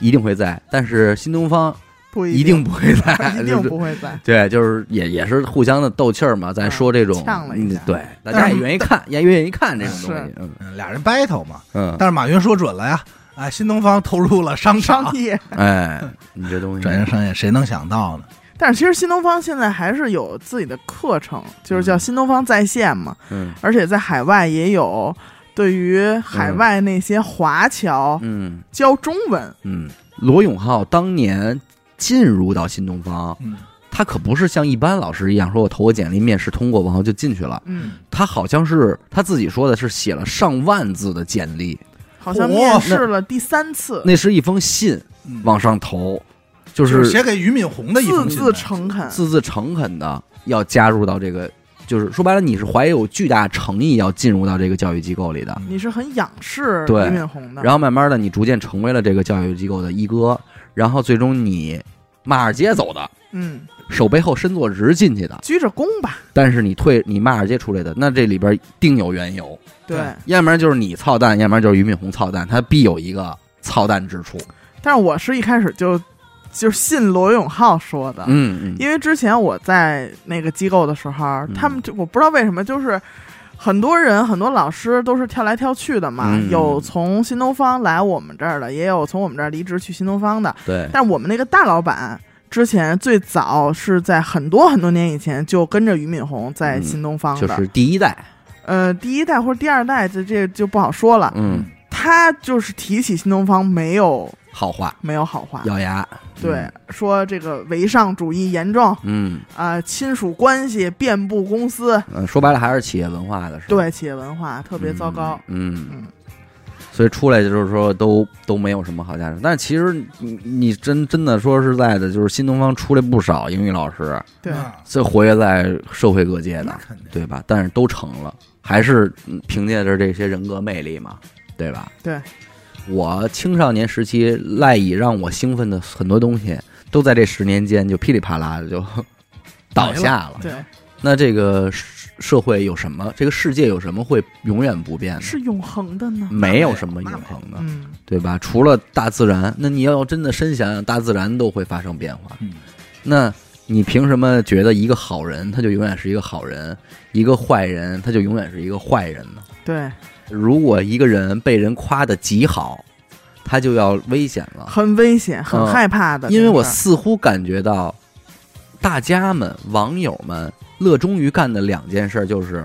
一定会在，但是新东方
不
一
定
定不会在， 就
一定
是
不会在，
对，就是也也是互相的斗气儿嘛，在说这种，
嗯呛了一
嗯
下
对，大
但
家
是
也愿意看，也愿意看这种东西
是，
嗯
嗯俩人 battle 嘛，
嗯，
但是马云说准了呀，哎，新东方投入了商
商
场，
业。
哎，你这东西
转型商业，谁能想到呢？
但是其实新东方现在还是有自己的课程，就是叫新东方在线嘛，
嗯
而且在海外也有对于海外那些华侨
嗯
教中文，
嗯，罗永浩当年进入到新东方，
嗯，
他可不是像一般老师一样，说我投个简历，面试通过，然后就进去了。
嗯，
他好像是他自己说的是写了上万字的简历，
好像
嚯
面试了第三次，
那是一封信
嗯
往上投，就
就是写给俞敏洪的一
字
封信
字诚恳，
字字诚恳的要加入到这个，就是说白了，你是怀有巨大诚意要进入到这个教育机构里的。
你是很仰视
对
俞敏洪的，
然后慢慢的，你逐渐成为了这个教育机构的一哥，然后最终你骂着街走的，
嗯，
手背后伸坐直进去的，
鞠着躬吧，
但是你退你骂着街出来的，那这里边定有缘由，
对
对。
要不然就是你操蛋，要不然就是俞敏洪操蛋，他必有一个操蛋之处。
但是我是一开始就就信罗永浩说的，
嗯嗯
因为之前我在那个机构的时候，他们就我不知道为什么，就是很多人很多老师都是跳来跳去的嘛，
嗯
有从新东方来我们这儿的，也有从我们这儿离职去新东方的。
对，
但我们那个大老板之前最早是在很多很多年以前就跟着俞敏洪在
嗯
新东方
就
的，
是第一代，
呃，第一代或者第二代，这这就不好说了。
嗯，
他就是提起新东方没有
好话，
没有好话，
咬牙，
嗯对，说这个唯上主义严重。
嗯，
啊、亲属关系遍布公司，
嗯，呃说白了还是企业文化的事儿，
对企业文化特别糟糕。
嗯，嗯
嗯
所以出来就是说都都没有什么好价值。但其实你你真真的说实在的，就是新东方出来不少英语老师，
对，
啊
这活跃在社会各界
那
的，
肯定。
对吧？但是都成了，还是嗯凭借着这些人格魅力嘛，对吧？
对，
我青少年时期赖以让我兴奋的很多东西，都在这十年间就噼里啪啦的就倒下了。
对，
那这个社社会有什么？这个世界有什么会永远不变的？
是永恒的呢。
没有什么永恒的，
嗯，
对吧？除了大自然，那你要真的深想想，大自然都会发生变化。
嗯，
那你凭什么觉得一个好人他就永远是一个好人，一个坏人他就永远是一个坏人呢？
对，
如果一个人被人夸的极好，他就要危险了，
很危险，很
嗯
害怕的。
因为我
这事
似乎感觉到，大家们网友们乐衷于干的两件事就是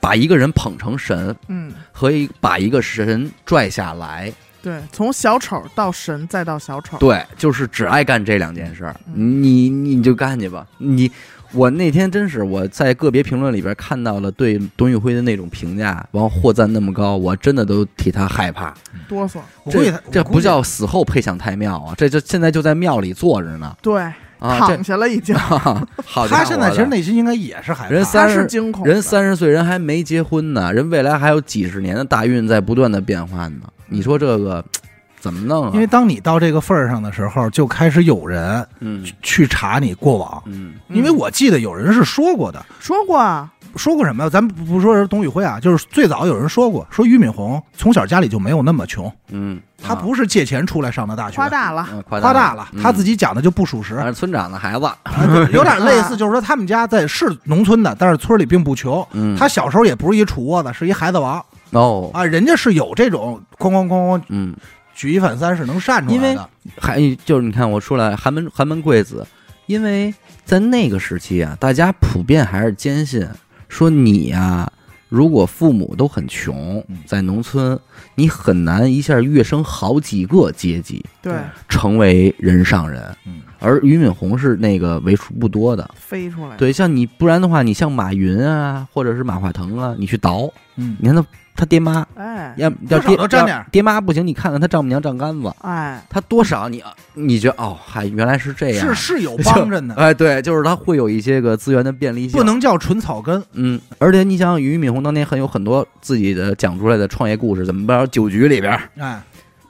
把一个人捧成神
儿嗯，
和一把一个神拽下来。
对，从小丑到神，再到小丑，
对，就是只爱干这两件事儿，
嗯
你你就干去吧。你我那天真是我在个别评论里边看到了对董宇辉的那种评价，然后获赞那么高，我真的都替他害怕。
哆
啊
嗦。
我估计
这
他
这
我估
不
计
叫死后配享太庙啊，这就现在就在庙里坐着呢
对，
啊。
躺
这。
下了已 经
好家伙
他现在其实
的
内心应该也是害怕。
人三
他
十
是惊恐的，
人三十岁，人还没结婚呢，人未来还有几十年的大运在不断的变换呢。你说这个怎么弄啊？
因为当你到这个份儿上的时候，就开始有人
嗯
去查你过往。
嗯
嗯
因为我记得有人是说过的，
说过啊，
说过什么呀？咱不不说是董宇辉啊，就是最早有人说过，说俞敏洪从小家里就没有那么穷，
嗯，
他不是借钱出来上的大学，
夸大了，
啊嗯夸嗯
夸大
了
了，，他自
己
己讲的就不属实，啊
是村长的孩子，
有点类似，就是说他们家在是农村的，但是村里并不穷。
嗯，
他小时候也不是一杵窝子，是一孩子王
哦，
啊，人家是有这种哐哐哐哐
嗯，
举一反三是能善出
因
来
为
的。
还就是你看我说了寒门寒门贵子，因为在那个时期啊，大家普遍还是坚信说你呀、如果父母都很穷
嗯，
在农村，你很难一下跃升好几个阶级，
对，
成为人上人。
嗯，
而俞敏洪是那个为数不多的，
飞出来，，
对，像你不然的话，你像马云啊，或者是马化腾啊，你去倒，
嗯，
你看他他爹妈，
哎
要
多
要
少
爹
都沾
要
点儿
爹妈不行，你看看他丈母娘丈杆子，
哎，
他多少你你觉得哦，还原来是这样，
是是有帮着呢，
哎，对，就是他会有一些个资源的便利性，
不能叫纯草根。
嗯，而且你想想，俞敏洪当年很有很多自己的讲出来的创业故事，怎么着酒局里边儿
哎，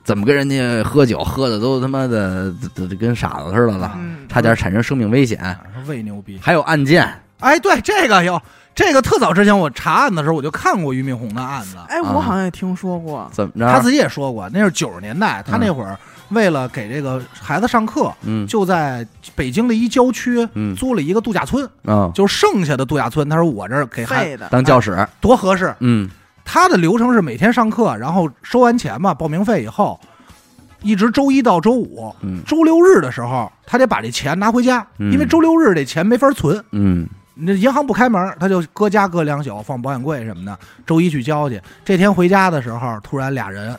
怎么跟人家喝酒，喝的都他妈的都都跟傻子似的了，
嗯，
差点产生生命危险，
啊说胃牛逼。
还有案件，
哎，对这个有这个特早之前我查案的时候我就看过俞敏洪的案子，
哎，
啊
我好像也听说过，
怎么
他
着？
自己也说过，那是九十年代，他那会儿为了给这个孩子上课，
嗯
就在北京的一郊区
嗯
租了一个度假村，
啊，
就剩下的度假村，他说我这儿给孩子
废的，
当教室，
多合适。
嗯
他的流程是每天上课，然后收完钱嘛，报名费以后，一直周一到周五，
嗯
周六日的时候他得把这钱拿回家，
嗯
因为周六日这钱没法存，
嗯
那银行不开门，他就搁家搁两宿，放保险柜什么的，周一去交去。这天回家的时候，突然俩人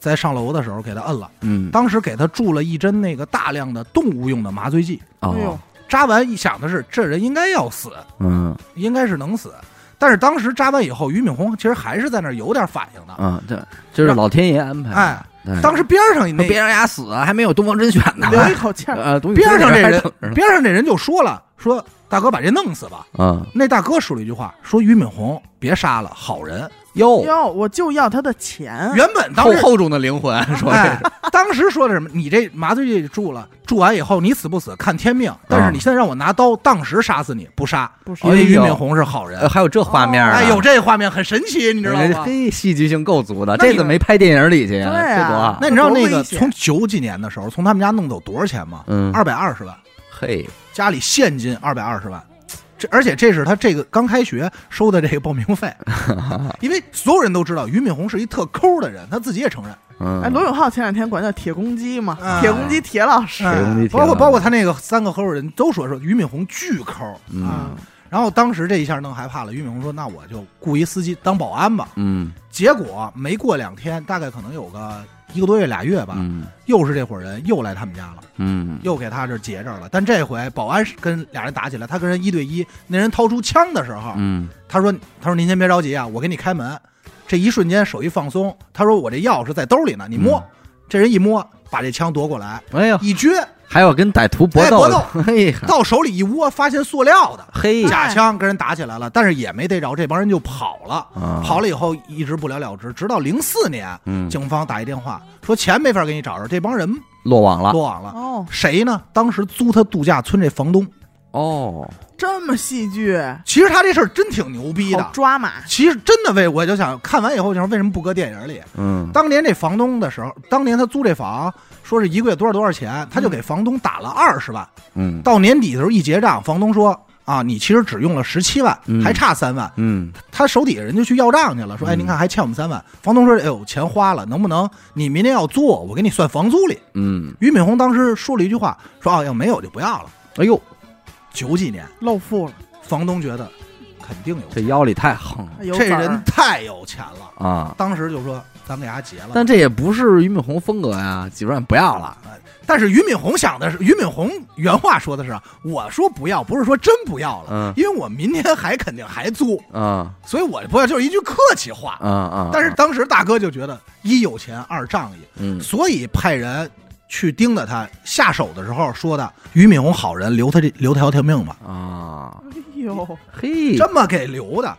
在上楼的时候给他摁了，
嗯，
当时给他注了一针那个大量的动物用的麻醉剂，
哎呦
哦，，
扎完一想的是这人应该要死，
嗯
应该是能死。但是当时扎完以后，俞敏洪其实还是在那儿有点反应的。
啊，这这是老天爷安排的，
哎，
嗯对
当时边上那
别让丫死啊，还没有东方甄选呢。
留一口气 儿，
呃，董宇辉
边上这
还
人
等着呢
边上这人就说了，说大哥把这弄死吧。
啊
那大哥说了一句话，说俞敏洪别杀了，好人哟。
哟，我就要他的钱，
原本当
厚
时
厚重的灵魂 说这
哎，当时说的什么？你这麻醉剂注了，注完以后你死不死看天命。但是你现在让我拿刀，当时杀死你不杀，
不是
因
哎呦
为俞敏洪是好人
呃。还有这画面儿呢，
哎呦，这画面很神奇，你知道
人家
吗？
嘿，戏剧性够足的，
那
这
你
怎么没拍电影里去
对啊
这多好
那你知道那
多
个
危险
从九几年的时候，从他们家弄走多少钱吗？
嗯，
二百二十万，
嘿，
家里现金二百二十万。这而且这是他这个刚开学收的这个报名 费，因为所有人都知道俞敏洪是一特抠的人，他自己也承认。
嗯，
哎，罗永浩前两天管叫铁公鸡嘛，
啊
铁公鸡铁老师，
哎
嗯包括包括他那个三个合伙人都说说俞敏洪巨抠啊
嗯。
然后当时这一下弄害怕了，俞敏洪说：“那我就雇一司机当保安吧。
嗯”
结果没过两天，大概可能有个一个多月俩月吧，
嗯
又是这伙人又来他们家了，
嗯，
又给他这儿劫这儿了。但这回保安是跟俩人打起来，他跟人一对一，那人掏出枪的时候，
嗯
他说：“他说您先别着急啊，我给你开门。”这一瞬间手一放松，他说我这钥匙在兜里呢，你摸。
嗯
这人一摸，把这枪夺过来，
哎呦，
一撅
还有跟歹徒搏
哎
斗的，嘿
到手里一窝，发现塑料的
嘿
哎
假枪，跟人打起来了，但是也没逮着，这帮人就跑了。
啊，
跑了以后一直不了了之，直到零四年，
嗯，
警方打一电话说钱没法给你找着，这帮人
落网了
落网了。
哦，
谁呢？当时租他度假村这房东，
哦，
这么戏剧，
其实他这事儿真挺牛逼
好
的。
抓马，
其实真的为我就想看完以后，就是为什么不搁电影里？
嗯，
当年这房东的时候，当年他租这房，说是一个月多少多少钱，他就给房东打了二十万。
嗯
到年底的时候一结账，房东说啊，你其实只用了十七万，
嗯
还差三万。
嗯
他手底下人就去要账去了，说哎，您看还欠我们三万。房东说哎呦，钱花了，能不能你明天要租我，我给你算房租里？
嗯，
俞敏洪当时说了一句话，说啊，要没有就不要了。
哎呦，
九几年，
露富了，
房东觉得肯定有
这
钱，
腰里太横了
有
这
籽儿
人太有钱了，
啊！
当时就说咱给他结了。
但这也不是俞敏洪风格呀，几十万不要了，
但是俞敏洪想的是，俞敏洪原话说的是，啊我说不要，不是说真不要了，
嗯
因为我明天还肯定还租，
啊
所以我不要，就是一句客气话
啊。啊！
但是当时大哥就觉得一有钱二仗义，
嗯
所以派人去盯着他下手的时候说的，俞敏洪好人，留他这留他条条命吧，
啊，
哎呦，
嘿，
这么给留的。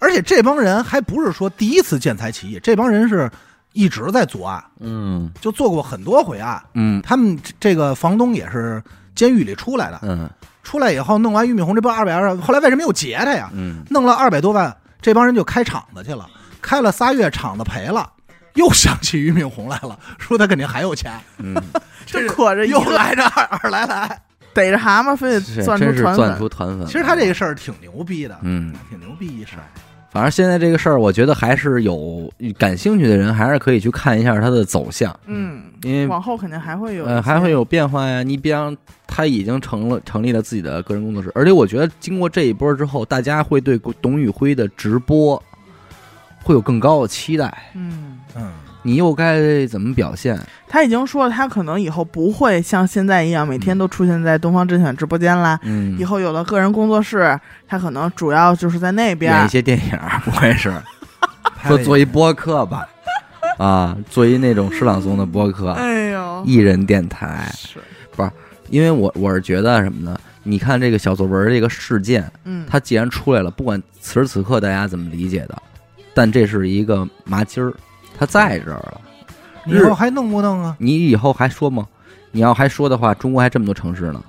而且这帮人还不是说第一次建材起义，这帮人是一直在作案，
嗯
就做过很多回案。
嗯
他们这这个房东也是监狱里出来的，
嗯
出来以后弄完俞敏洪这帮二百二，后来为什么又劫他呀？
嗯，
弄了二百多万，这帮人就开厂子去了，开了仨月，厂子赔了，又想起俞敏洪来了，说他肯定还有钱，这
这
是
可着一
又
个
来这二二来来。
逮着蛤蟆非得
是
钻出
真是
船
钻
粉，
出团粉。
其实他这个事儿挺牛逼的，
嗯，
挺牛逼一事儿。
反正现在这个事儿，我觉得还是有感兴趣的人，还是可以去看一下它的走向，
嗯，
因为
往后肯定还会有一些，
呃还会有变化呀。你别让他已经成了成立了自己的个人工作室，而且我觉得经过这一波之后，大家会对董宇辉的直播会有更高的期待。
嗯。
嗯，
你又该怎么表现？
他已经说了，他可能以后不会像现在一样每天都出现在东方甄选直播间啦。
嗯
以，后有了个人工作室，他可能主要就是在那边
演一些电影儿，不会是说做
一
一播客吧？啊，做一那种诗朗诵的播客，
嗯
哎呦，
艺人电台。
是，
因为我我是觉得什么呢？你看这个小作文这个事件，
嗯，
它既然出来了，不管此时此刻大家怎么理解的，但这是一个麻筋儿，它在这儿了。
你以后还弄不弄啊？
你以后还说吗？你要还说的话，中国还这么多城市呢，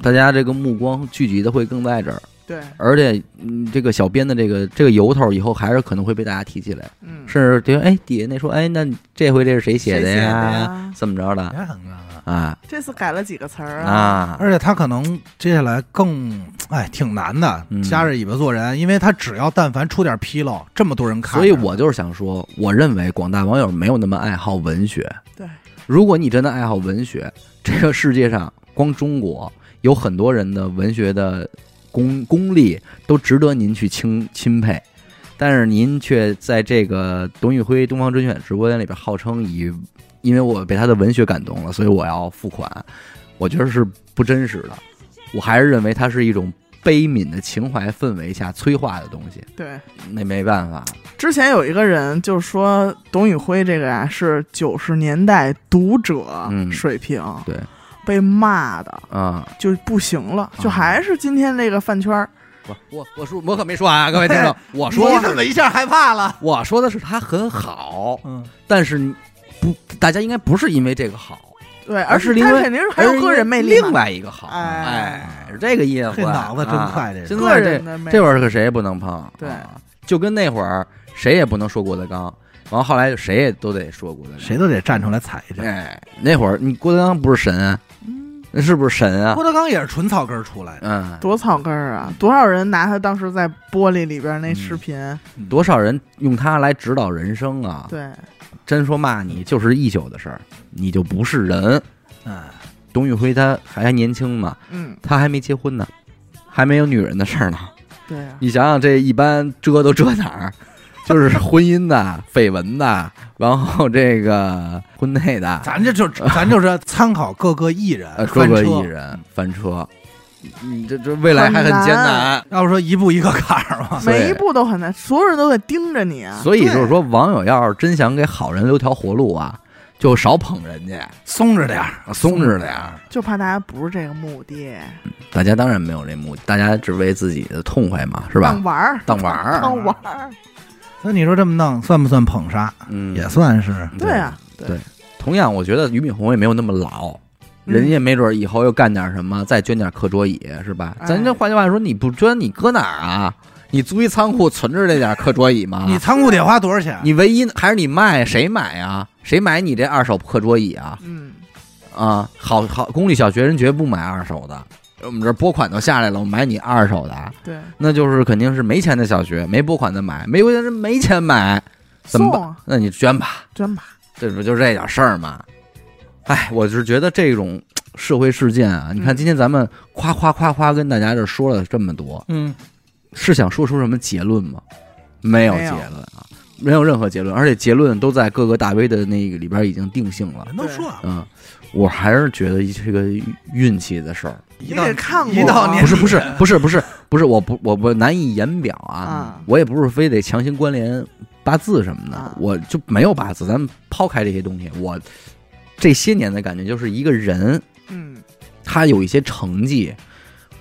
大家这个目光聚集的会更在这儿，
对，
而且、嗯、这个小编的这个这个由头，以后还是可能会被大家提起来，
嗯，
甚至觉得哎底下那说哎那这回这是谁写的
谁写的
呀
呀？
怎么着的
也很难啊。
啊
这次改了几个词儿
啊？
而且他可能接下来更，哎，挺难的
嗯，
夹着尾巴做人，因为他只要但凡出点纰漏，这么多人看着，
所以我就是想说，我认为广大网友没有那么爱好文学。
对，
如果你真的爱好文学， 这个世界上光中国有很多人的文学的功功力都值得您去钦钦佩，但是您却在这个董宇辉东方甄选直播间里边号称以，因为我被他的文学感动了，所以我要付款，我觉得是不真实的。我还是认为它是一种悲悯的情怀氛围下催化的东西，
对，
那没办法。
之前有一个人就说董宇辉这个呀、是九十年代读者
嗯
水平，
对，
被骂的
啊、
就不行了，就还是今天这个饭圈儿，
我我我说我可没说啊，各位听
哎
众，我
你
说
怎么一下害怕了？
我说的是他很好，
嗯，
但是你不，大家应该不是因为这个好，
对，
而
而
啊是
且
另
他
外
肯定是还有个人魅力嘛，
另外一个好，哎
哎，
是这个意思。
这脑子真
啊
快，这人
现
个
在
人
这
的魅力
这会儿可谁也不能碰，
对
啊就跟那会儿谁也不能说郭德纲，完后来就谁也都得说郭德纲，
谁都得站出来踩一脚。
哎，那会儿你郭德纲不是神啊，
嗯
那是不是神啊
郭？德纲也是纯草根儿出来的，
嗯，
多草根儿啊！多少人拿他当时在玻璃里边那视频，
多少人用他来指导人生嗯啊？
对，
真说骂你就是一宿的事儿，你就不是人。
嗯，
哎董宇辉他还年轻嘛，
嗯，
他还没结婚呢，还没有女人的事儿 呢。
对啊，
你想想，这一般遮都遮哪儿？就是婚姻的、绯闻的，然后这个婚内的，
咱这就咱就是参考各个艺人
呃，，各
翻
个
车
艺人翻车。你这这未来还很艰难。啊
要不说一步一个坎儿嘛，
所以
每一步都很难，所有人都得盯着你啊。
所以就是说，网友要是真想给好人留条活路啊，就少捧人家，
松着点儿，
啊松着点
儿
儿。
就怕大家不是这个目的，
大家当然没有这目的，大家只为自己的痛快嘛，是吧
当？玩儿，
嗯当玩儿，
当玩儿，
那你说这么弄算不算捧杀？
嗯，
也算是。
对啊，
对同样，我觉得俞敏洪也没有那么老，
嗯
人家没准儿以后又干点什么，再捐点课桌椅，是吧？
哎
咱这换句话说，你不捐，你搁哪儿啊？你租一仓库存着这点课桌椅吗？
你仓库得花多少钱？啊
你唯一还是你卖，谁买啊？谁买你这二手课桌椅啊？
嗯，
啊，好好，公立小学人绝不买二手的。我们这拨款都下来了，我买你二手的，啊
对，
那就是肯定是没钱的小学，没拨款的买，没钱人没钱买，怎么
送
办
啊？
那你捐吧，
捐吧，
这不就这点事儿吗？哎，我是觉得这种社会事件啊，你看
嗯
今天咱们夸夸夸夸跟大家这说了这么多，
嗯，
是想说出什么结论吗？没有
没
结
有
论啊，没有任何结论，而且结论都在各个大 V 的那个里边已经定性了。
人都说了，
嗯，我还是觉得这个运气的事儿，
一到
你得看过啊
一到年底
不是不是不是不是不是，我不我我难以言表啊
啊，
我也不是非得强行关联八字什么的
啊，
我就没有八字，咱们抛开这些东西，我这些年的感觉就是一个人
嗯，
他有一些成绩，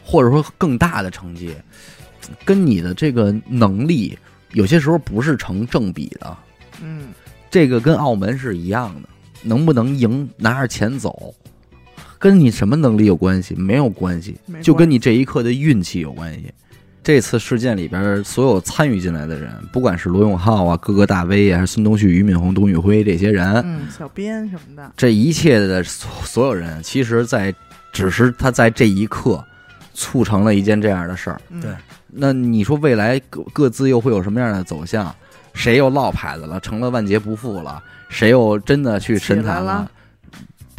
或者说更大的成绩，跟你的这个能力有些时候不是成正比的，
嗯，
这个跟澳门是一样的，能不能赢，拿着钱走，跟你什么能力有关系？没有关系，
没
就
关
跟你这一刻的运气有关系。这次事件里边，所有参与进来的人，不管是罗永浩啊、各个大 V 啊，还是孙东旭、俞敏洪、董宇辉这些人，
嗯，小编什么的，
这一切的所所有人，其实在只是他在这一刻促成了一件这样的事儿。
嗯
对
那你说未来各各自又会有什么样的走向？谁又落牌子了，成了万劫不复了？谁又真的去神坛
起来了？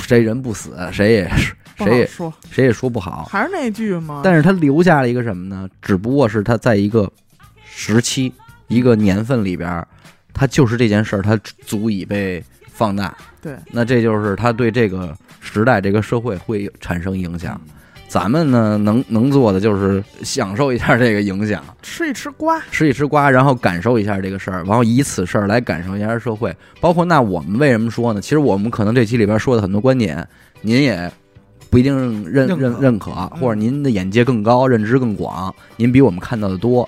谁人不死，谁也是
不好
谁也
说？
谁也说不好。
还是那句嘛，
但是他留下了一个什么呢？只不过是他在一个时期、一个年份里边儿，他就是这件事儿，他足以被放大。
对，
那这就是他对这个时代、这个社会会产生影响。咱们呢，能能做的就是享受一下这个影响，
吃一吃瓜，
吃一吃瓜，然后感受一下这个事儿，然后以此事儿来感受一下社会。包括那我们为什么说呢？其实我们可能这期里边说的很多观点，您也不一定认
认可嗯
认认可，或者您的眼界更高，认知更广，您比我们看到的多。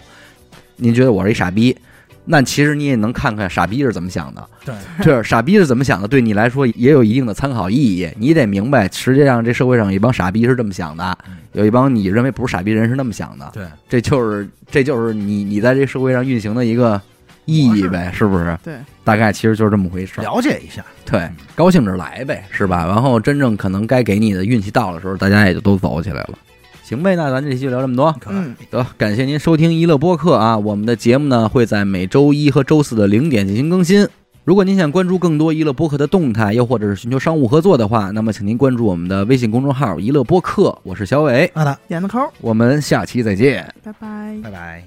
您觉得我是一傻逼，那其实你也能看看傻逼是怎么想的。
对，
这傻逼是怎么想的，对你来说也有一定的参考意义。你得明白，实际上这社会上有一帮傻逼是这么想的
嗯，
有一帮你认为不是傻逼人是那么想的。
对，
这就是这就是你你在这社会上运行的一个意义呗，是不是？
对，
大概其实就是这么回事儿。
了解一下，
对，高兴着来呗，是吧？然后真正可能该给你的运气到的时候，大家也就都走起来了。行呗，那咱这期就聊这么多。
可
嗯，
得，感谢您收听一乐播客啊！我们的节目呢会在每周一和周四的零点进行更新。如果您想关注更多一乐播客的动态，又或者是寻求商务合作的话，那么请您关注我们的微信公众号“一乐播客”。我是小伟，
那他
点个扣，
我们下期再见。
拜拜。
拜拜。